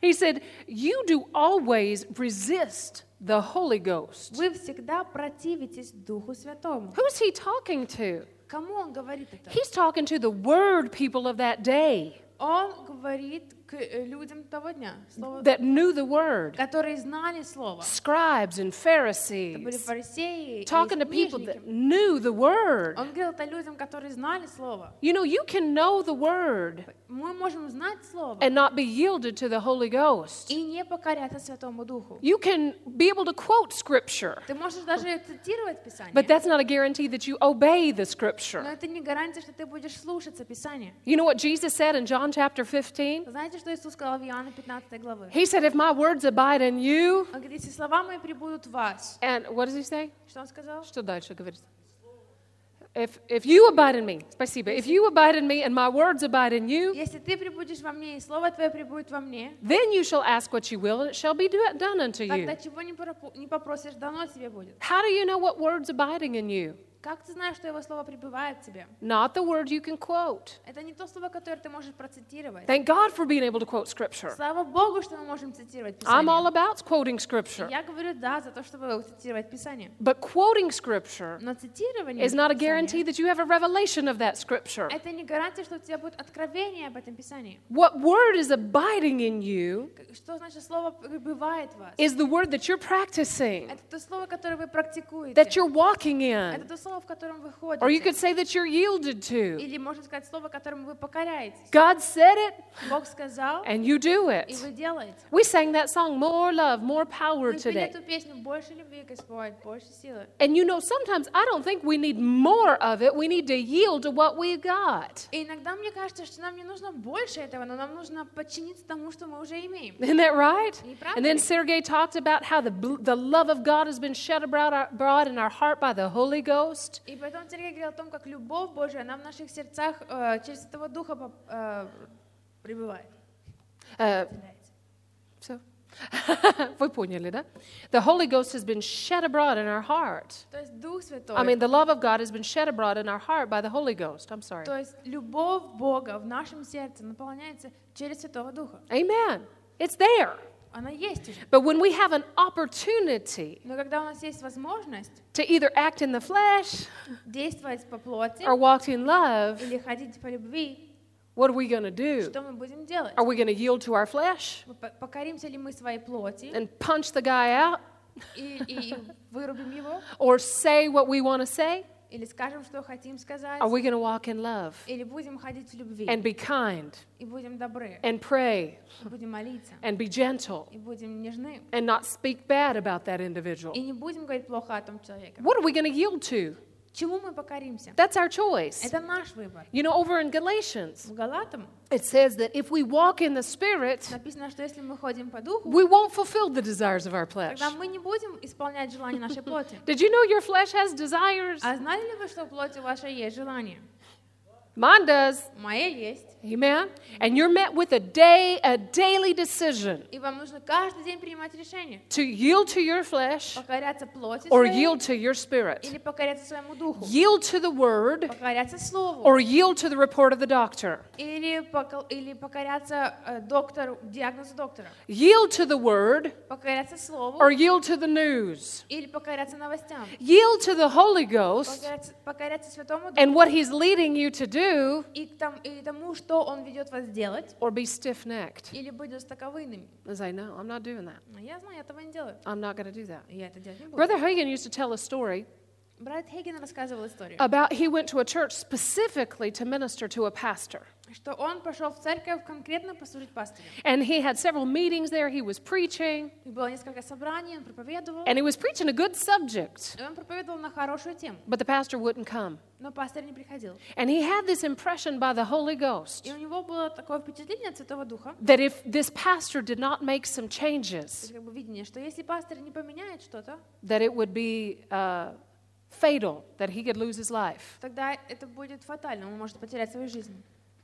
he said, You do always resist the Holy Ghost. Вы всегда противитесь Духу Святому. Who's he talking to? Кому он говорит это? He's talking to the word people of that day Он говорит к э, людям того дня, слово, that knew the word которые знали Слово. scribes and Это были Pharisees. фарисеи и Talking to people that книжники. knew the word. Он говорил это людям, которые знали Слово. You know, you can know the word Мы можем знать Слово and not be yielded to the Holy Ghost. и не покоряться Святому Духу. You can be able to quote scripture, Ты можешь даже цитировать but Писание, that's not a guarantee that you obey the но scripture. это не гарантия, что ты будешь слушаться Писания. You know what Jesus said in John chapter 15? Знаете, что Иисус сказал в Иоанна 15 главы? He said, If my words abide in you, Он говорит, если слова мои прибудут в вас, and what does he say? что он сказал? Что дальше говорит? If, if you abide in me, спасибо. If you abide in me and my words abide in you, Если ты прибудешь во мне, и слово твое прибудет во мне, then you shall ask what you will, and it shall be do- done unto you. тогда чего не, пропу- не попросишь, дано тебе будет. How do you know what words abiding in you? Как ты знаешь, что его слово прибывает в тебе? Not the word you can quote. Это не то слово, которое ты можешь процитировать. Thank God for being able to quote scripture. Слава Богу, что мы можем цитировать I'm all Писание. about quoting И scripture. Я говорю да за то, чтобы цитировать Писание. But quoting scripture Но цитирование is not a guarantee Писания that you have a revelation of that scripture. это не гарантия, что у тебя будет откровение об этом Писании. What word is abiding in you К- Что значит слово пребывает в вас? is the word that you're practicing, Это то слово, которое вы that практикуете. you're walking Это in. то слово, в котором вы Or you ходите. could say that you're yielded to. Или можно сказать слово, которому вы покоряетесь. God said it, Бог сказал, and you do и it. вы делаете. We sang that song, More Love, More Power, Мы пели today. эту песню «Больше любви, Господь, больше силы». And you know, sometimes I don't think we need more of it. We need to yield to what we got. И иногда мне кажется, что нам не нужно больше этого, но нам нужно подчиниться тому, что мы уже имеем. Isn't that right? You probably- And then Sergei talked about how the, bl- the love of God has been shed abroad, uh, abroad in our heart by the Holy Ghost. И поэтому Сергей говорил о том, как любовь Божия, она в наших сердцах э, через этого Духа поп- э, пребывает. Uh, so, вы поняли, да? The Holy Ghost has been shed abroad in our heart. То есть Дух Святой, I mean, the love of God has been shed abroad in our heart by the Holy Ghost. I'm sorry. то есть любовь Бога в нашем сердце наполняется через Святого Духа. Amen. It's there. Она есть уже. But when we have an opportunity Но когда у нас есть возможность to either act in the flesh действовать по плоти or walk in love, или ходить по любви, what are we going to do? что мы будем делать? Are we going to yield to our flesh Мы по- Покоримся ли мы своей плоти and punch the guy out и, и- и вырубим его? or say what we want to say? Или скажем, что хотим сказать? Are we going to walk in love Или будем ходить в любви and be kind и будем добры, and pray и будем молиться, and be gentle и будем нежны, and not speak bad about that individual? и не будем говорить плохо о том человеке. What are we going to yield to? Чему мы покоримся? That's our choice. Это наш выбор. You know, over in Galatians, В Галатам it says that if we walk in the Spirit, написано, что если мы ходим по духу, we won't fulfill the desires of our flesh. тогда мы не будем исполнять желания нашей плоти. Did you know your flesh has desires? А знали ли вы, что в плоти вашей есть желание? Mine does. Мое есть. Amen. And you're met with a day, a daily decision И вам нужно каждый день принимать решение. to yield to your flesh Покоряться плоти or своей yield to your spirit. или покоряться своему духу. Yield to the word Покоряться слову. or yield to the report of the doctor. Или, поко- или покоряться э, доктору, диагнозу доктора. Yield to the word Покоряться слову. or yield to the news. Или покоряться новостям. Yield to the Holy Ghost Покоряться, покоряться Святому Духу. and what he's leading you to do И, к там, и тому, что Он ведет вас делать. or be stiff necked. Или быть жестоковыми. I say, no, I'm not doing that. Но я знаю, я этого не делаю. I'm not going to do that. Я это делать не буду. Brother Hagen used to tell a story Брат Хейген рассказывал историю, about he went to a church specifically to minister to a pastor. что он пошел в церковь конкретно послужить пастырю. And he had several meetings there. He was preaching, И было несколько собраний, он проповедовал. and he was preaching a good subject, И он проповедовал на хорошую тему, but the pastor wouldn't come. но пастор не приходил. And he had this impression by the Holy И Ghost у него было такое впечатление от Святого Духа, that if this pastor did not make some то есть changes, как бы видение, что если пастор не поменяет что-то, that it would be uh, fatal, that he could lose his life. тогда это будет фатально, он может потерять свою жизнь.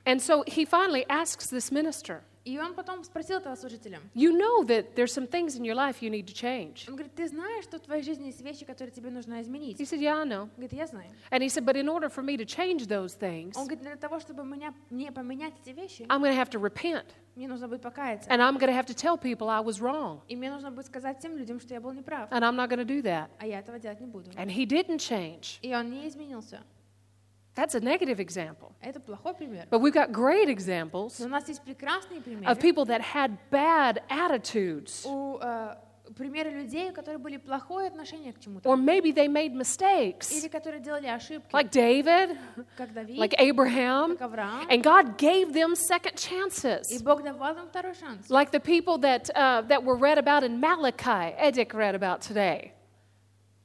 And so he finally asks this minister, И он потом спросил этого служителя. You know that there's some things in your life you need to change. Он говорит, ты знаешь, что в твоей жизни есть вещи, которые тебе нужно изменить? He said, Yeah, I know. Он говорит, я знаю. And he said, But in order for me to change those things, Он говорит, для того, чтобы меня, мне поменять эти вещи, I'm going to have to repent, мне нужно будет покаяться. and I'm going to have to tell people I was wrong. И мне нужно будет сказать тем людям, что я был неправ. and I'm not going to do that. А я этого делать не буду. And he didn't change. И он не изменился. That's a negative example. Это плохой пример. But we've got great Но examples у нас есть прекрасные of примеры. people that had bad attitudes, У, э, примеры людей, у которых были плохое отношение к чему-то. or maybe they made mistakes, Или которые делали ошибки, like David, как Давид, like Abraham, как Авраам. and God gave them second И chances. Бог давал им второй шанс. Like the people that, uh, that were read about in Malachi, Edic read about today.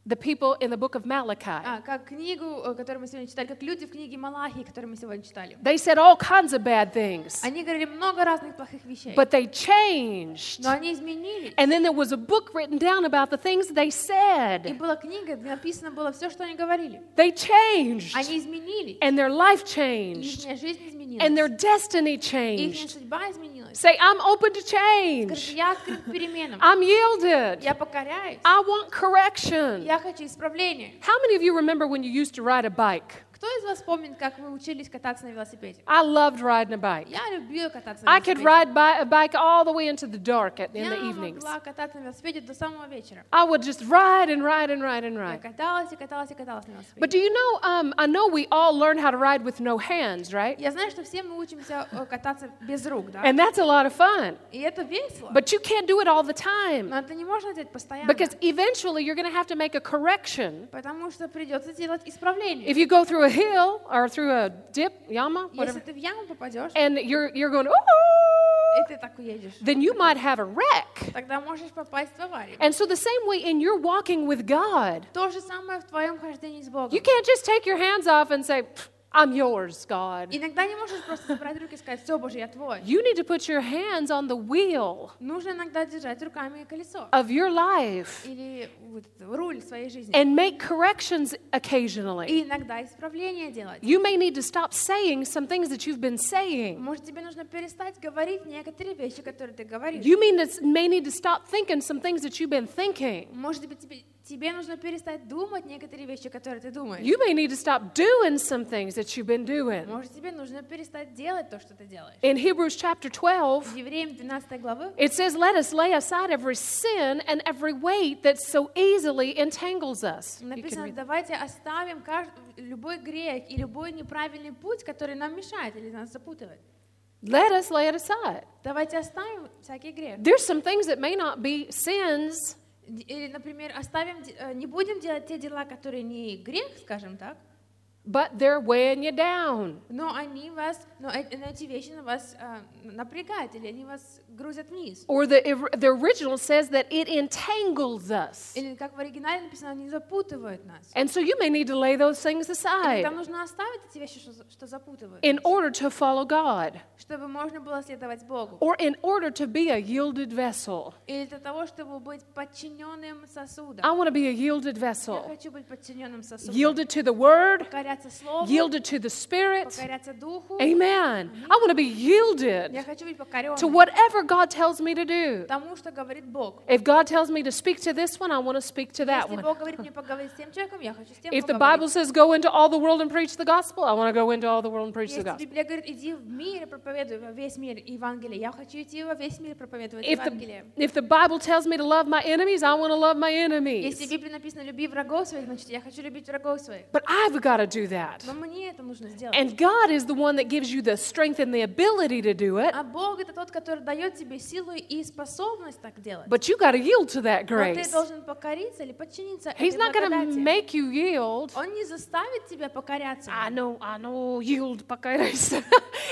The people in the book of Malachi. А, как книгу, э, которую мы сегодня читали, как люди в книге Малахии, которую мы сегодня читали. They said all kinds of bad things, Они говорили много разных плохих вещей. but they changed. Но они изменились. And then there was a book written down about the things they И said. была книга, где написано было все, что они говорили. They changed. Они изменились. And their life changed. Их жизнь And their изменилась. destiny Их changed. судьба изменилась. Say, I'm open to Скажи, change. я открыт к переменам. I'm yielded. Я покоряюсь. I want correction. Я хочу исправления. How many of you remember when you used to ride a bike? Кто из вас помнит, как вы учились кататься на велосипеде? I loved riding a bike. Я любила кататься на I could ride велосипеде. by a bike all the way into the dark at, in Я the evenings. могла кататься на велосипеде до самого вечера. I would just ride and ride and ride and Я ride. каталась и каталась и каталась на велосипеде. But do you know, um, I know we all learn how to ride with no hands, right? Я знаю, что все мы учимся э, кататься без рук, да? And that's a lot of fun. И это весело. But you can't do it all the time Но это не можно делать постоянно. because eventually you're going to have to make a correction. Потому что придется делать исправление. If you go through a hill or through a dip, yama, Если whatever, ты в яму попадешь, and you're, you're going, oh, и ты так уедешь, then you might have a wreck. тогда можешь попасть в аварию. And so, the same way in your walking with God, То же самое в твоем хождении с Богом. you can't just take your hands off and say, "Pff, I'm yours, God. Иногда не можешь просто собрать руки и сказать, все, Боже, я твой. You need to put your hands on the wheel Нужно иногда держать руками колесо of your life или вот это, руль своей жизни. and make corrections occasionally. И иногда исправление делать. You may need to stop saying some things that you've been saying. Может, тебе нужно перестать говорить некоторые вещи, которые ты говоришь. You mean it's, may need to stop thinking some things that you've been thinking. Может быть, тебе, тебе нужно перестать думать некоторые вещи, которые ты думаешь. You may need to stop doing some things that you've been doing. Может, тебе нужно перестать делать то, что ты делаешь. In Hebrews chapter В 12, Евреям 12 главы it says, Let us lay aside every sin and every weight that so easily entangles us. You can написано, read- давайте оставим кажд- любой грех и любой неправильный путь, который нам мешает или нас запутывает. Let us lay it aside. Давайте оставим всякий грех. There's some things that may not be сins, Д- Или, например, оставим, де- э, не будем делать те дела, которые не грех, скажем так, but they're weighing you down. Но они вас, но э- но эти вещи на вас э, напрягают, или они вас грузят вниз. Or the, the original says that it entangles us. Или как в оригинале написано, они запутывают нас. And so you may need to lay those things И aside нам нужно оставить эти вещи, что, за- что запутывают, in нас, order to follow God чтобы можно было следовать Богу. or in order to be a yielded vessel. Или для того, чтобы быть подчиненным сосудом. I want to be a yielded Я vessel, хочу быть подчиненным сосудом. yielded to the Word, Покоряться Слову, yielded to the Spirit. покоряться Духу. Amen. I want to be Я yielded хочу быть to покоренным whatever God tells me to do. тому, что говорит Бог. If God tells me to speak to this one, I want to speak to that Если one. Бог говорит мне поговорить с тем человеком, я хочу с тем If the Bible поговорить. says go into all the world and preach the gospel, I want to go into all the world and preach the Если gospel. Библия говорит, иди в мир и проповедуй во весь мир Евангелие, я хочу идти во весь мир и проповедовать If Евангелие. the, if the Bible tells me to love my enemies, I want to love my Если в enemies. Библии написано «люби врагов своих», значит, я хочу любить врагов своих. But I've got to do that. Но мне это нужно сделать. And God is the one that gives you the strength and the ability to do it, А Бог — это тот, который дает тебе силу и способность так делать. but you got to yield to that Но ты grace. должен покориться или подчиниться He's этой not going to благодати. make you Oh, yield. Он не заставит тебя покоряться. I Ему. know, I know, yield, покоряйся.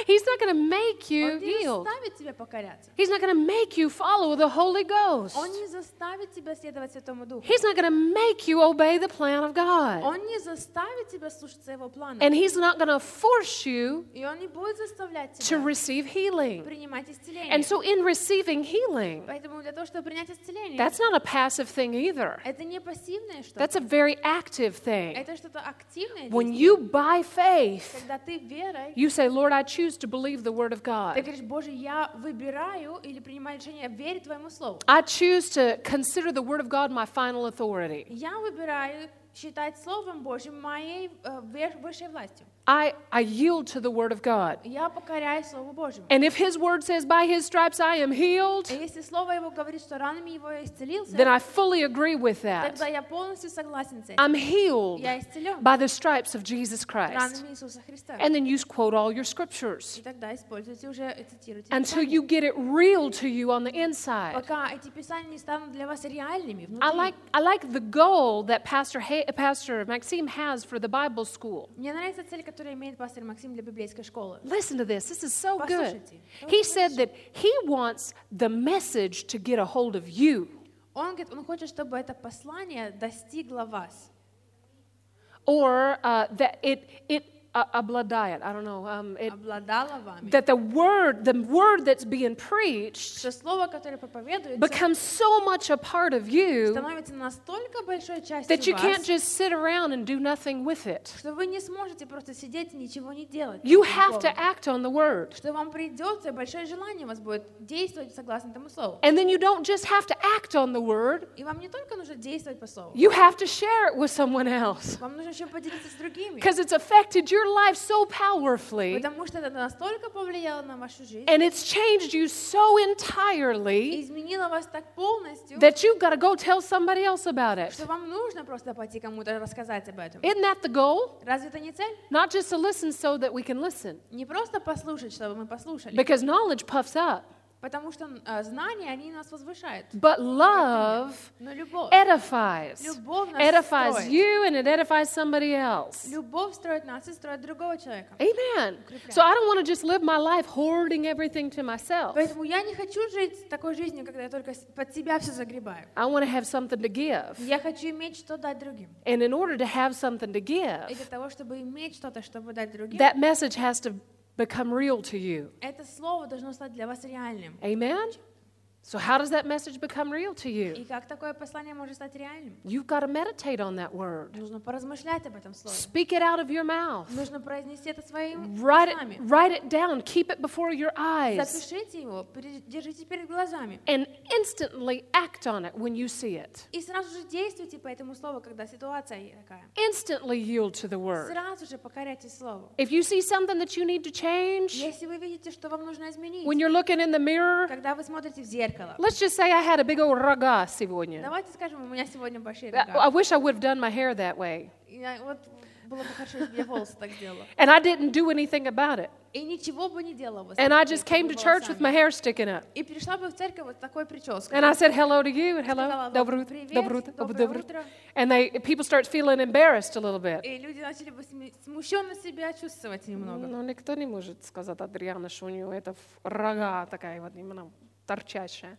He's not going to make you Он не yield. заставит тебя покоряться. He's not going to make you follow the Holy Ghost. Он не заставит тебя следовать Святому Духу. He's not going to make you obey the plan of God. Он не заставит тебя слушаться Его плана. And He's not going to force you И Он не будет заставлять to тебя receive healing. принимать исцеление. And so, in receiving healing, Поэтому для того, чтобы принять исцеление, that's not a passive thing either, это не пассивное что-то, that's a very active thing. это что-то активное. When действие. you, by faith, Когда ты верой, you say, Lord, I choose to believe the Word of ты God, говоришь, Боже, я выбираю или принимаю решение верить Твоему Слову. I choose to consider the Word of God my final authority. Я выбираю считать Словом Божьим моей э, вер- высшей властью. I, I yield to the Word of God. Я покоряюсь Слову Божьему. And if His Word says, By His stripes I am healed, И Если Слово Его говорит, что ранами Его я исцелился, then I fully agree with that. тогда я полностью согласен с этим. I'm healed Я исцелен by the stripes of Jesus Christ. ранами Иисуса Христа. And then you quote all your И scriptures тогда используйте уже, и цитируйте until Писание. you get it real to you on the inside. Пока эти Писания не станут для вас реальными I внутри. like, I like the goal that Pastor, ha- Pastor Maxime has for the Bible school. Мне нравится цель, которую имеет пастор Максим для библейской школы. Listen to this. This is so good. Послушайте. He said that he wants the message to get a hold of you. Он говорит, он хочет, чтобы это послание достигло вас. Or uh, that it, it uh, обладает, I don't know, um, it, Обладало вами. that the word, the word that's being preached Что слово, которое проповедуется, becomes so much a part of you становится настолько большой частью that you can't вас, just sit around and do nothing with it. что вы не сможете просто сидеть и ничего не делать. You с этим have словом. to act on the word. что вам придется, большое желание у вас будет действовать согласно тому слову. And then you don't just have to act on the word, И вам не только нужно действовать по слову, you have to share it with someone else вам нужно еще поделиться с другими, because it's affected your life so powerfully потому что это настолько повлияло на вашу жизнь, and it's changed you so и entirely изменило вас так полностью, that you've got to go tell somebody else about it. что вам нужно просто пойти кому-то рассказать об этом. Isn't that the goal? Разве это не цель? Not just to listen so that we can listen Не просто послушать, чтобы мы послушали, because knowledge puffs up, потому что э, знания, они нас возвышают. but love Но любовь, edifies. любовь нас Edifies строит. you and it edifies somebody else. Любовь строит нас и строит другого человека. Amen. So I don't want to just live my life hoarding everything to myself. Поэтому я не хочу жить такой жизнью, когда я только с- под себя все загребаю. I want to have something to give. Я хочу иметь что дать другим. And in order to have something to И для give, того, чтобы иметь что-то, чтобы дать другим, that message has to become real to you. это слово должно стать для вас реальным. Amen? So, how does that message become real to И you? как такое послание может стать реальным? You've got to meditate on that word, Нужно поразмышлять об этом слове. speak it out of your mouth, Нужно произнести это своим write it, устами. write it down, keep it before your eyes, Запишите его, пере- держите перед глазами. and instantly act on it when you see it. И сразу же действуйте по этому слову, когда ситуация е- такая. Instantly yield to the word. Сразу же покоряйтесь слову. If you see something that you need to change, Если вы видите, что вам нужно изменить, When you're looking in the mirror, когда вы смотрите в зеркало, let's just say I had a big old raga сегодня. давайте скажем, у меня сегодня большие I, I рога. wish I would have done my hair that way. Я- Вот Было бы хорошо, если бы я волосы так делала. And I didn't do anything about it. И ничего бы не делала бы с And I такими just came to church with my волосами. hair sticking up. И пришла бы в церковь вот такой прической. And I said hello to you and hello, Сказала вам, доброе утро, «Привет, доброе утро, доброе доброе утро». утро. And they people start feeling embarrassed a little bit. И люди начали бы сме- смущенно себя чувствовать немного. Но никто не может сказать Адриана, что у нее это ф- рога такая вот именно торчащая.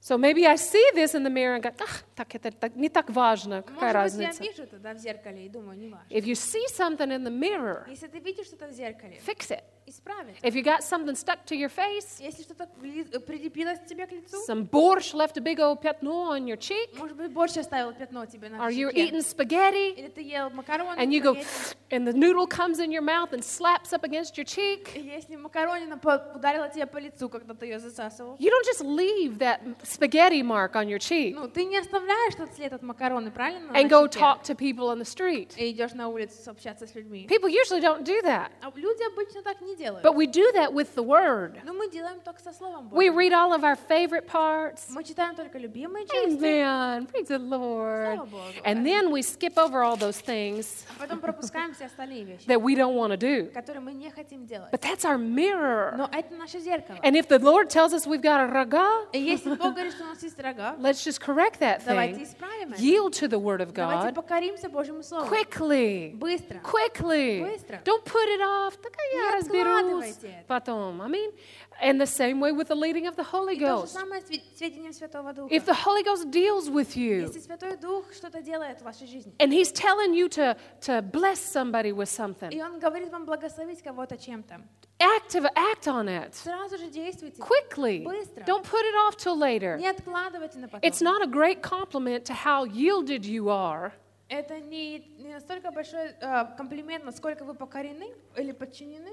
So maybe I see this in the mirror and go, ах, так это так, не так важно, какая Может быть, я разница. вижу тогда в зеркале и думаю, не важно. If you see something in the mirror, Если ты видишь что-то в зеркале, fix it. исправь это. If you got something stuck to your face, Если что-то к ли- э, прилепилось тебе к лицу, some borscht left a big old пятно on your cheek, может быть, больше оставил пятно тебе на or you're щеке. eating spaghetti, Или ты ел макароны, and you go, спагетти, and the noodle comes in your mouth and slaps up against your cheek. и если макаронина по- ударила тебе по лицу, когда ты ее засасывал, You don't just leave that spaghetti mark on your cheek ну, ты не оставляешь тот след от макароны, правильно? на and go щеке? talk to people on the street. И идешь на улицу общаться с людьми. People usually don't do that. А люди обычно так не делают. But we do that with the word. Но мы делаем только со словом We Божьим. read all of our favorite parts. Мы читаем только любимые части, Amen. Praise the Lord. Слава Богу. And then we skip over all those things а потом пропускаем все остальные вещи, that we don't want to do. которые мы не хотим делать. But that's our mirror. Но это наше зеркало. And if the Lord tells us we've got a raga, И если Бог говорит, что у нас есть рога, let's just correct that давайте thing. исправим это. Yield to the word of Давайте God покоримся Божьему Слову. quickly. Быстро. Quickly. Быстро. Don't put it off. Такая Не я разберусь откладывайте это. потом. I mean, and the same way with the leading of the Holy И то же Ghost. самое с ве- сведением Святого Духа. If the Holy Ghost deals with you Если Святой Дух что-то делает в вашей жизни, and He's telling you to, to bless somebody with something, и Он говорит вам благословить кого-то чем-то, active, act on it сразу же действуйте. quickly. Быстро. Don't put it off till later. Не откладывайте на потом. It's not a great compliment to how yielded you are Это не, не настолько большой э, комплимент, насколько вы покорены или подчинены,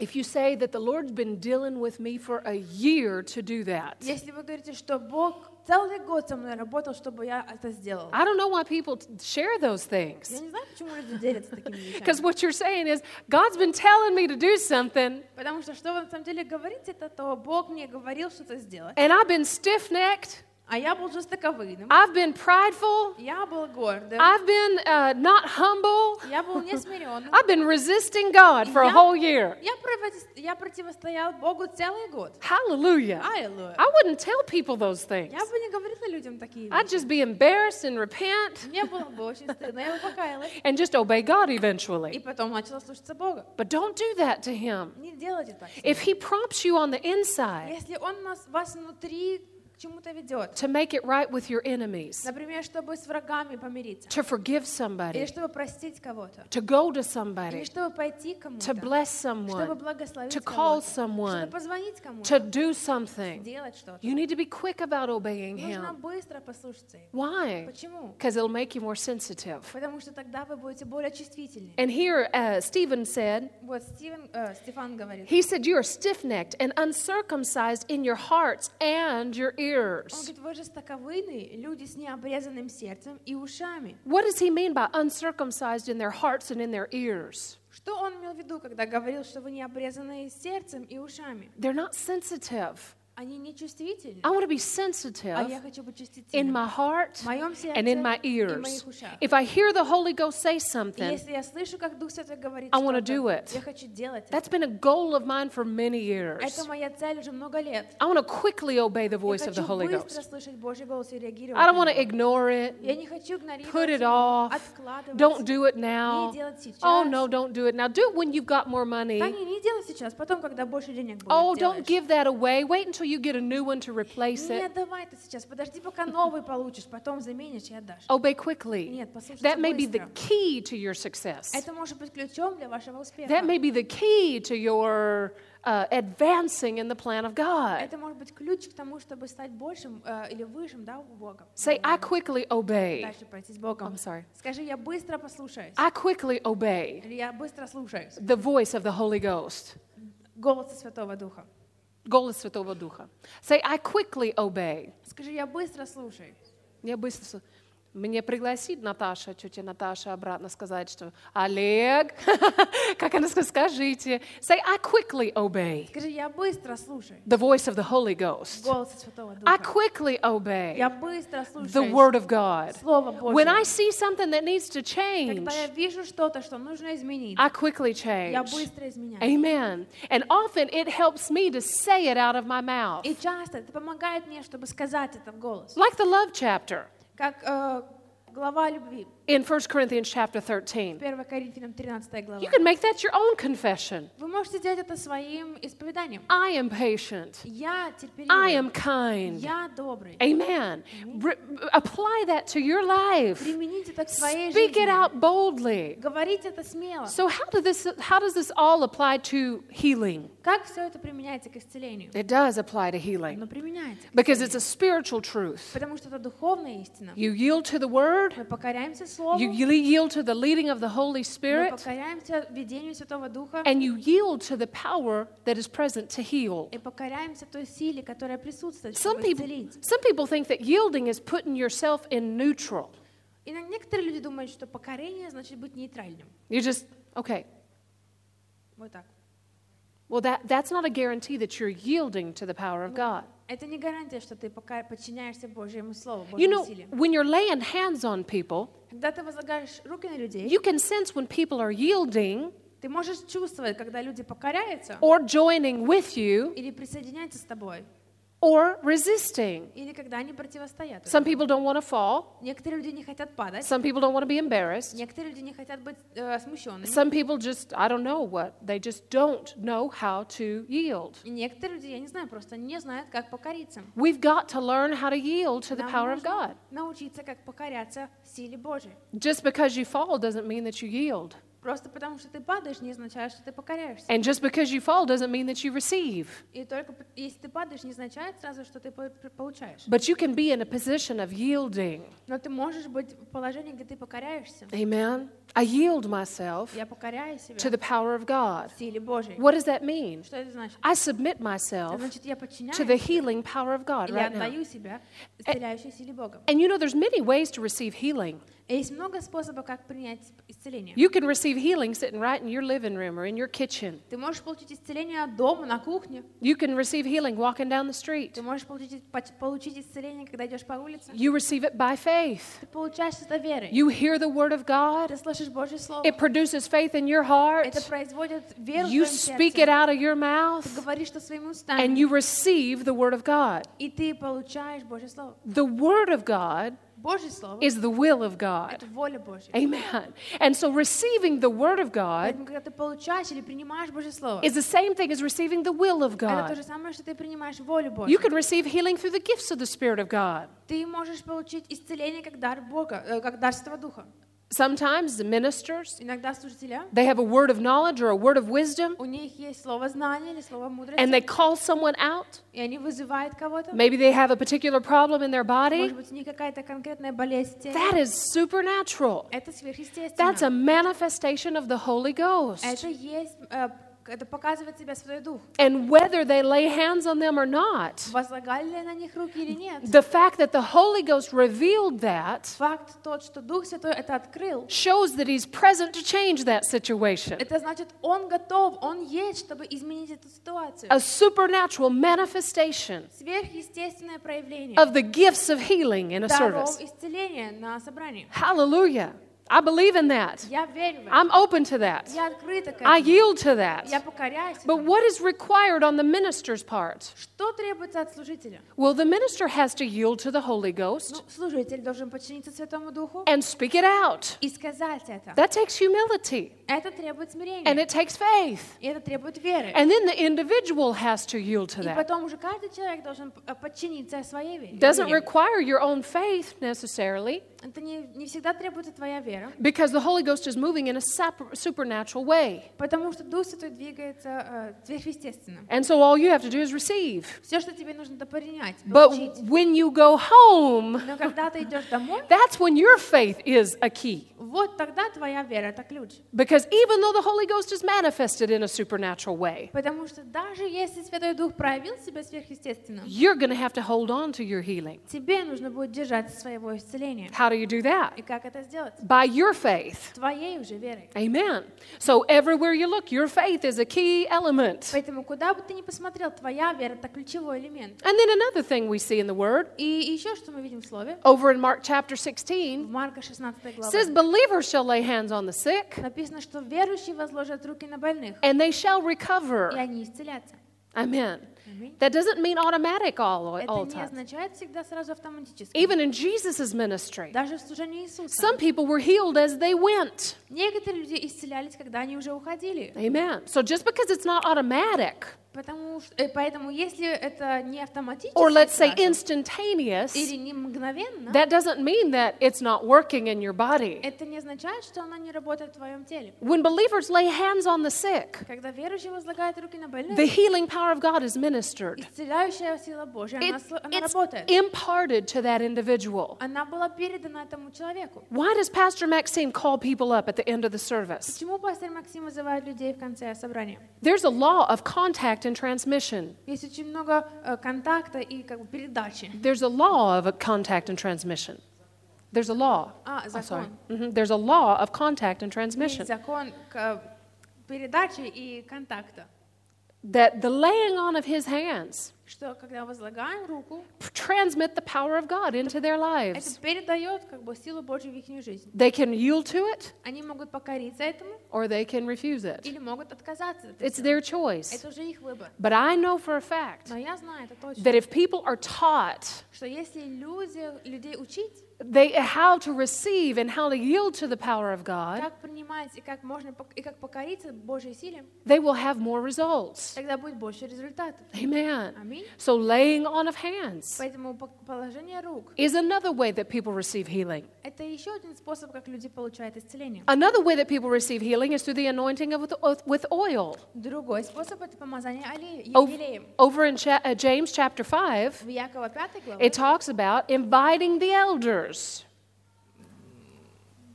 if you say that the Lord's been dealing with me for a year to do that. если вы говорите, что Бог целый год со мной работал, чтобы я это сделал. I don't know why people t- share those Я things. не знаю, почему люди делятся такими вещами. Because what you're saying is, God's been telling me to do something, Потому что что вы на самом деле говорите, это то Бог мне говорил что-то сделать, and I've бeen stiff necked, а я был жестоковыйным, I've been prideful, я был гордым, I've been uh, not humble. я был несмиренным. I've been resisting God for a Yeah. whole year. Я, против- я противостоял Богу целый год. Hallelujah. Аллилуйя. I wouldn't tell people those things. Я бы не говорила людям такие I'd вещи. just be embarrassed and repent Мне было бы очень стыдно, я бы покаялась. and just obey God И eventually. потом начала слушаться Бога. But don't do that to Him. Не делайте так. с ним. If He prompts you on the inside Если Он нас, вас внутри к чему-то ведет, to make it right with your enemies, например, чтобы с врагами помириться, to forgive или somebody, чтобы простить кого-то, to go to или somebody, чтобы пойти к to кому-то, bless чтобы someone, благословить to call кого-то, чтобы someone, позвонить to кому-то, do something, делать что-то. you need to be quick about obeying Нужно Him. быстро послушаться Его. Why? Почему? Because it'll make you more sensitive. Потому что тогда вы будете более чувствительны. And here, uh, Stephen said, Вот Стивен, э, Стефан говорит, He said, You are stiff necked and uncircumcised in your hearts and your Он ears. говорит, вы жестоковыны, люди с необрезанным сердцем и ушами. What does he mean by uncircumcised in their hearts and in their ears? Что он имел в виду, когда говорил, что вы необрезанные сердцем и ушами? They're not sensitive. Они не чувствительны. I want to be А я sensitive хочу быть in чувствительным my heart в моем сердце and in my и в ears. моих ушах. If I hear the Holy Ghost say И something, если я слышу, как Дух Святой говорит, I wanna что-то, do it. я хочу делать это. that's been a goal of mine for many Это years. моя цель уже много лет. I want to quickly obey the Я voice of the хочу Holy быстро Ghost. слышать Божий голос и реагировать I don't на want to него. ignore it, Я не хочу put игнорировать it его, off, откладывать. don't do it now. Не делать сейчас. Oh no, don't do it now. Do it when you've got more money. Да не, не делай сейчас, потом, когда больше денег будет, Oh, делаешь. don't give that away. Wait until you get a new one to replace it. Нет, давай ты сейчас, подожди, пока новый получишь, потом заменишь и отдашь. Obey quickly. Нет, послушайте That may be the быстро. key to your success. Это может быть ключом для вашего успеха. That may be the key to your uh, advancing in the plan of God. Это может быть ключ к тому, чтобы стать большим э, или высшим, да, у Бога. Say, I quickly obey. Дальше пройти с Богом. I'm sorry. Скажи, я быстро послушаюсь. I quickly obey Или я быстро слушаюсь the voice of the Holy Ghost. голоса Святого Духа. Голос Святого Духа. Say, I quickly obey. Скажи, я быстро слушаю. Я быстро... с- Мне пригласить Наташа, тетя Наташа обратно сказать, что Олег, как она сказала, скажите, say, I quickly obey Скажи, я быстро слушаю the voice of the Holy Ghost. голос Святого I Духа. quickly obey Я быстро the слушаю Word of God. Слово When I Божье. see something that needs to change, Когда я вижу что-то, что нужно изменить, I quickly я change. быстро изменяю. Amen. And often it helps me to say it out of my mouth. И часто это помогает мне, чтобы сказать это в голос. Like the love chapter Как э, глава любви, in 1 Corinthians chapter 13. 1 Коринфянам 13 глава. You can make that your own confession. Вы можете делать это своим исповеданием. I am patient. Я I терпеливый, am kind. я добрый. Amen. Re- apply that to your life. Примените это к своей Speak it жизни. out boldly. Говорите это смело. So how does this how does this all apply to healing? Как все это применяется к исцелению? It does apply to healing Но применяйте. because it's a spiritual truth. Потому что это духовная истина. You yield to the word, Мы покоряемся Слову, you yield to the leading of the Holy мы Spirit, покоряемся ведению Святого Духа and you yield to the power that is present to heal. и покоряемся той силе, которая присутствует, Some чтобы people, исцелить. some people think that yielding is putting yourself in neutral. И на- некоторые люди думают, что покорение значит быть нейтральным. You just, okay, Вот так. well, that, that's not a guarantee that you're yielding to the power of God. Это не гарантия, что ты пока подчиняешься Божьему Слову, You Божьему know, силе. when you're laying hands on people, Когда ты возлагаешь руки на людей, you can sense when people are yielding ты можешь чувствовать, когда люди покоряются or joining with you или присоединяются с тобой, or resisting. или когда они противостоят. Some people don't want to fall, Некоторые люди не хотят падать, some people don't want to be embarrassed. некоторые люди не хотят быть э, смущенными. Some people just, I don't know what, they just don't know how to yield. И некоторые люди, я не знаю, просто не знают, как покориться. We've got to learn how to yield to the Нам power of нужно God. научиться, как покоряться силе Божьей. Just because you fall doesn't mean that you yield. Просто потому, что ты падаешь, не означает, что ты покоряешься. And just because you fall doesn't mean that you receive. И только п- если ты падаешь, не означает сразу, что ты по- п- получаешь. But you can be in a position of yielding. Но ты можешь быть в положении, где ты покоряешься. Amen. I yield myself Я покоряю to себя the power of God. силе Божьей. What does that mean? Что это значит? I submit Это myself значит, я to the подчиняюсь, healing power of God и я right now. отдаю себя исцеляющей силе Бога. And you know, there's many ways to receive healing. И Есть много способов, как принять исцеление. You can receive healing sitting right in your living room or in your kitchen. Ты можешь получить исцеление дома, на кухне. You can receive healing walking down the street. Ты можешь получить, поч- получить исцеление, когда идешь по улице. You receive it by faith. Ты получаешь это верой. You hear the word of God, Ты слышишь Божье Слово. it produces faith in your heart. Это производит веру в You твоем speak it сердце. out of your Ты mouth говоришь это своим and устами. you receive the word of God. И ты получаешь Божье Слово. The word of God Божье Слово — is the will of God. это воля Божья. Amen. And so receiving the word of God Поэтому, когда ты получаешь или принимаешь Божье Слово, is the same thing as receiving the will of это то же God. самое, что ты принимаешь волю You Божью. can receive healing through the gifts of the Spirit of God. Ты можешь получить исцеление как дар Бога, э, как дар Святого Духа. Sometimes the ministers, Иногда служителя, they have a word of knowledge or a word of wisdom у них есть слово знания или слово мудрости, and they call someone out. и они вызывают кого-то. Maybe they have a particular problem in their body. Может быть, у них какая-то конкретная болезнь. в теле. That is supernatural. Это сверхъестественно. That's a manifestation of the Holy Ghost. Это есть, э, это показывает себя Святой Дух. And whether they lay hands on them or not, Возлагали ли на них руки или нет? the fact that the Holy Ghost revealed that Факт тот, что Дух Святой это открыл, shows that He's present to change that situation. это значит, Он готов, Он есть, чтобы изменить эту ситуацию. A supernatural manifestation Сверхъестественное проявление of the gifts of healing in a даров А, service. исцеления на собрании. Hallelujah. I believe in that. Я верю в это. I'm open to that. Я открыта к I этому. yield to Я that. покоряюсь. But этому. what is required on the minister's part? Что требуется от служителя? Well, the minister has to yield to the Holy Ghost Ну, служитель должен подчиниться Святому Духу and speak it out. и сказать это. That takes humility Это требует and смирения. it takes faith. И это требует веры. And then the individual has to yield to И that. потом уже каждый человек должен э, подчиниться своей вере. Doesn't вере. require your own faith necessarily Это не, не всегда требуется твоя вера, because the Holy Ghost is moving in a sup- supernatural way. потому что Дух Святой двигается э, сверхъестественно. And so all you have to do is receive. Все, что тебе нужно, это принять, But получить. when you go home, Но когда ты идешь домой, that's when your faith is a key. вот тогда твоя вера — это ключ. Because even though the Holy Ghost is manifested in a supernatural way, Потому что даже если Святой Дух проявил себя сверхъестественно, you're going to have to hold on to your healing. тебе нужно будет держаться своего исцеления. How do you do that? И как это сделать? By your faith. Твоей уже верой. Amen. So everywhere you look, your faith is a key element. Поэтому куда бы ты ни посмотрел, твоя вера — это ключевой элемент. And then another thing we see in the Word, И еще что мы видим в Слове, over in Mark chapter в 16, Марка 16 says, главе, Believers shall lay hands on the sick, написано, что верующие возложат руки на больных, and they shall и recover. они исцелятся. Amen. Аминь. That doesn't mean automatic all, Это all не time. означает всегда сразу автоматически. Even in Jesus' ministry, Даже в служении Иисуса. some people were healed as they went. Некоторые люди исцелялись, когда они уже уходили. Amen. So just because it's not automatic, Потому, ш- э, поэтому если это не автоматически or let's say сразу, instantaneous, или не мгновенно, that doesn't mean that it's not working in your body. это не означает, что она не работает в твоем теле. When believers lay hands on the sick, Когда верующий возлагает руки на больных, the healing power of God is ministered. исцеляющая сила Божья, она, It- сло- она it's работает. imparted to that individual. Она была передана этому человеку. Why does Pastor Maxime call people up at the end of the service? Почему пастор Максим вызывает людей в конце собрания? There's a law of contact and transmission. Есть очень много э, контакта и как бы передачи. There's a law of a contact and transmission. There's a law. А, I'm sorry. закон. Mhm. There's a law of contact and Есть transmission. закон к, э, передачи и контакта. That the laying on of his hands Что когда возлагаем руку, transmit the power of God into their lives. это передает как бы силу Божью в их жизнь. They can yield to it Они могут покориться этому or they can refuse it. или могут отказаться от It's этого. their choice. Это уже их выбор. But I know for a fact Но я знаю это точно, that if people are taught что если люди, людей учить, they, how to receive and how to yield to the power of God, как принимать и как можно пок- и как покориться Божьей силе, they will have more results. тогда будет больше результатов. Amen. Аминь. So, laying on of hands Поэтому пок- положение рук is another way that people receive healing. — это еще один способ, как люди получают исцеление. Another way that people receive healing is through the anointing of, with- with oil. Другой способ — это помазание оле- Over, елеем. over in Cha- uh, James chapter 5, В Якова 5 главе It talks about inviting the elders.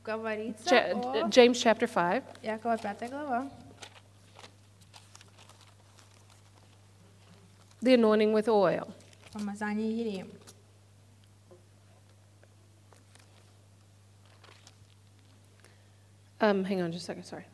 говорится Ja- о... uh, James chapter 5. Якова 5 глава. The anointing with oil. Помазание елеем. Um, hang on just a second, sorry.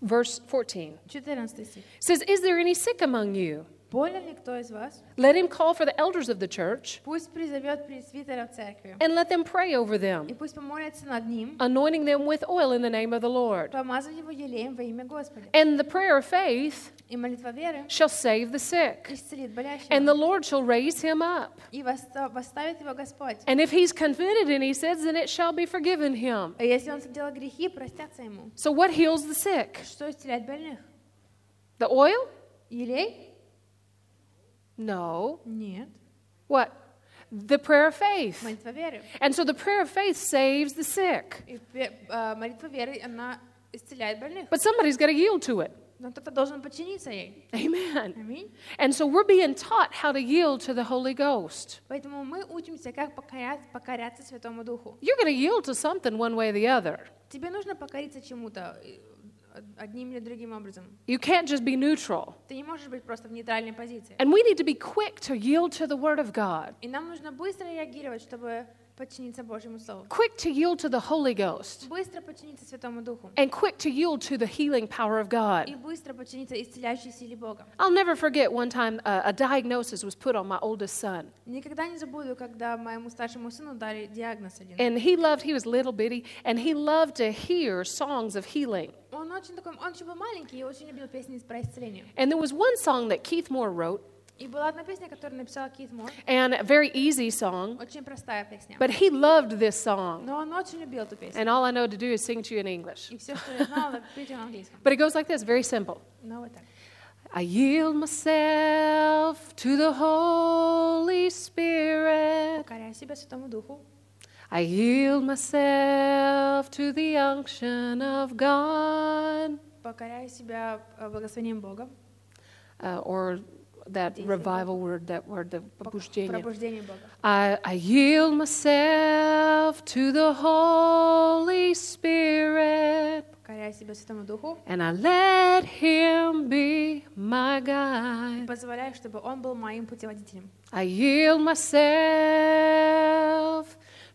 Verse 14 14 стих. It says, Is there any sick among you? Болен ли кто из вас? Let him call for the elders of the church Пусть призовет пресвитера церкви, and let them pray over и them, пусть помолится над ним, anointing them with oil in the name of the Lord. помазав его елеем во имя Господа. And the prayer of faith И молитва веры shall save the sick, исцелит and болящего, the Lord shall raise him up. и восста- восставит его Господь. And if he's convicted in he sins, then it shall be forgiven him. А если он соделал грехи, простятся ему. So, what heals the sick? Что исцелять больных? The oil? Елей? No. Нет. What? The prayer of faith. Молитва веры. And so the prayer of faith saves the sick. И пе- а, молитва веры, она исцеляет больных. But somebody's got to yield to it. Но кто-то должен подчиниться ей. Amen. Аминь. And so we're being taught how to yield to the Holy Ghost. Поэтому мы учимся, как покорять, покоряться Святому Духу. You're going to yield to something one way or the other. Тебе нужно покориться чему-то э, одним или другим образом. You can't just be neutral. Ты не можешь быть просто в нейтральной позиции. And we need to be quick to yield to the Word of God, И нам нужно быстро реагировать, чтобы подчиниться Божьему Слову. quick to yield to the Holy Ghost, Быстро подчиниться Святому Духу. and quick to yield to the healing power of И God. быстро подчиниться исцеляющей силе Бога. I'll never forget one time uh, a diagnosis was put on my oldest son. Никогда не забуду, когда моему старшему сыну дали диагноз один. And he loved, he was little bitty, and he loved to hear songs of healing. Он очень такой, он еще был маленький и очень любил песни про исцеление. And there was one song that Keith Moore wrote, И была одна песня, которую написал Кит Мор. and a very easy song, Очень простая песня. but he loved this song. Но он очень любил эту песню. And all I know to do is sing to you in English. И все, что я знала, петь на английском. But it goes like this very simple Но Ну, вот так. I yield myself to the Holy Spirit. Покоряй себя Святому Духу. I yield myself to the unction of God. Покоряй себя э, благословением Бога. Uh, or that revival word, that word, the побуждение. Пробуждение Бога. I, I yield myself to the Holy Spirit Покоряй себя Святому Духу. and I let Him be my и guide. позволяю, чтобы он был моим путеводителем. I yield myself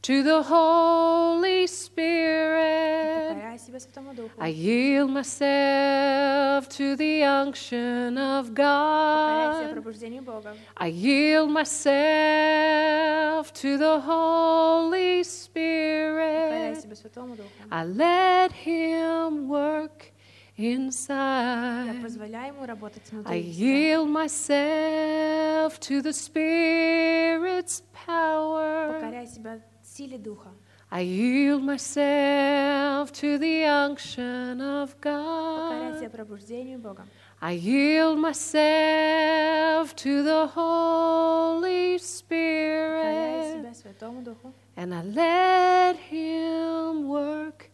To the Holy Spirit, Покоряй себя Святому Духу. I yield myself to the unction of Покоряй себя God. пробуждению Бога. I yield myself to the Holy Покоряй Spirit. себя Святому Духу. I let Him work Я inside. позволяю ему работать I внутри себя. yield myself to the Spirit's power. Покоряй себя силе Духа. I yield myself to the unction of Покоряй себя God. пробуждению Бога. I yield myself to the Holy Покоряй Spirit. себя Святому Духу. And I let him work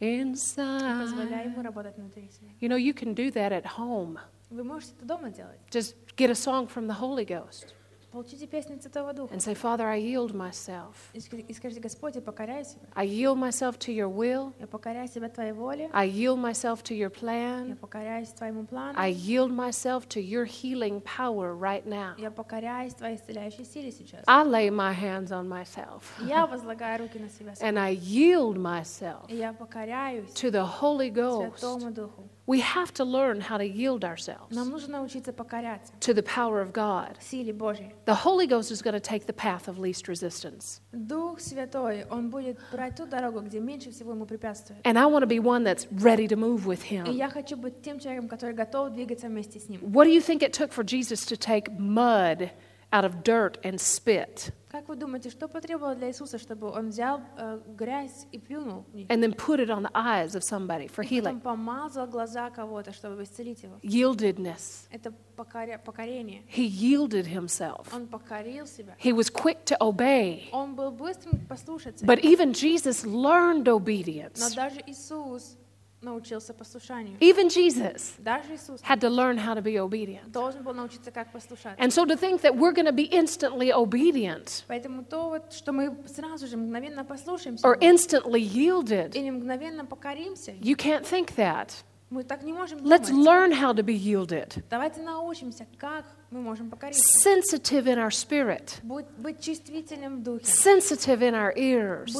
И Позволяй ему inside. работать внутри себя. You know, you can do that at home. Вы можете это дома делать. Just get a song from the Holy Ghost Получите песню от Святого Духа. and say, Father, I yield myself. И ск- и скажите, Господь, я покоряю себя. I yield myself to your will. Я покоряю себя Твоей воле. I yield myself to your Я plan. покоряюсь Твоему плану. I yield myself to your healing power right now. Я покоряюсь Твоей исцеляющей силе сейчас. I lay my hands on myself Я возлагаю руки на себя. and I yield myself И я покоряюсь to the Holy Ghost. Святому Духу. We have to learn how to yield Нам ourselves нужно научиться покоряться to the power of God. силе Божьей. The Holy Ghost is going to take the path of least resistance. Дух Святой, Он будет брать ту дорогу, где меньше всего Ему препятствует. And I want to be one that's ready to move with И Him. я хочу быть тем человеком, который готов двигаться вместе с Ним. What do you think it took for Jesus to take mud out of dirt and spit Как вы думаете, что потребовало для Иисуса, чтобы Он взял э, грязь и плюнул? в неё? and then put it on the eyes of somebody for И потом healing? помазал глаза кого-то, чтобы исцелить его. Yieldedness. Это покоря- покорение. He yielded Himself. Он покорил себя. He was quick to obey. Он был быстрым послушаться. But even Jesus learned Но obedience. даже Иисус научился послушанию. Even Jesus Даже Иисус had to learn how to be obedient. должен был научиться, как послушать. And so to think that we're going to be instantly obedient Поэтому то, вот, что мы сразу же мгновенно послушаемся or Его instantly yielded, или мгновенно покоримся, You can't think that. мы так не можем Let's думать. learn how to be yielded, Давайте научимся, как мы можем покориться. sensitive in our spirit, Будь, быть чувствительным в духе. sensitive in our Будь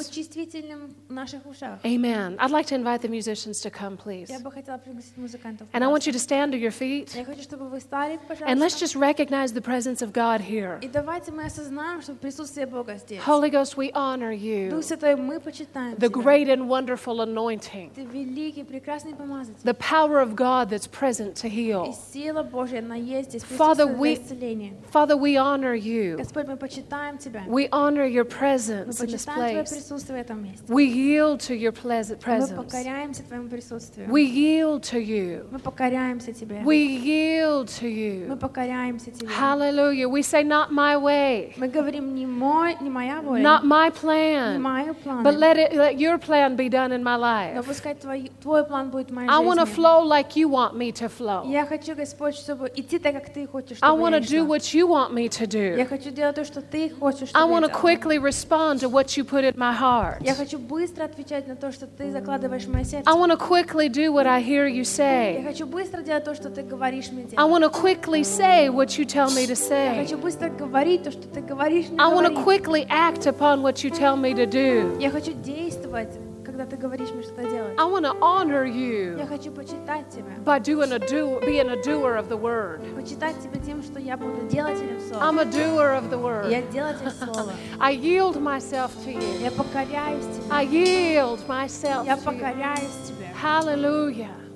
ears. чувствительным в наших ушах. Amen. I'd like to invite the musicians to come, please. Я бы хотела пригласить музыкантов. And I want you to stand to your feet. Я хочу, чтобы вы стали, And let's пожалуйста. just recognize the presence of God here. И давайте мы осознаем, что присутствие Бога здесь. Holy Ghost, we honor Дух you. Святой, мы почитаем The Тебя. great and wonderful anointing, Ты великий, прекрасный помазатель. the power of God that's present to И heal. сила Божья, она есть здесь, Father, присутствует для we- исцеления. Father, we honor you. Господь, мы почитаем Тебя. Мы We honor your presence in this почитаем Твое place. присутствие в этом месте. We yield to your pleasant Мы presence. покоряемся Твоему присутствию. We yield to you. Мы покоряемся Тебе. We yield to Мы you. покоряемся Тебе. Hallelujah. We say, Not my way, Мы говорим, не мой, не моя воля, not my не plan, мои планы, but let, it, let your plan be done in my но life. пускай твой, твой план будет в моей I want to жизни. flow like you want me to flow. Я хочу, Господь, чтобы идти так, как Ты хочешь, I чтобы want я to и шла. do what you want me to Я do. хочу делать то, что Ты хочешь, чтобы I я want to делала. quickly respond to what you put in my heart. Я хочу быстро отвечать на то, что Ты закладываешь в мое сердце. I want to quickly do what I hear you Я say. хочу быстро делать то, что Ты говоришь мне I делать. want to quickly say what you tell me to Я say. хочу быстро говорить то, что Ты говоришь мне I want to говорить. quickly act upon what you tell me to do. Я хочу действовать, когда Ты говоришь мне что-то делать. I want to honor Я you. хочу почитать Тебя. by doing a do, being a doer of the word. Почитать Тебя тем, что я буду делателем слова. I'm a doer of the Я word. делатель слова. I yield myself to you. Я покоряюсь Тебе. I yield myself Я to you. покоряюсь Тебе. Hallelujah.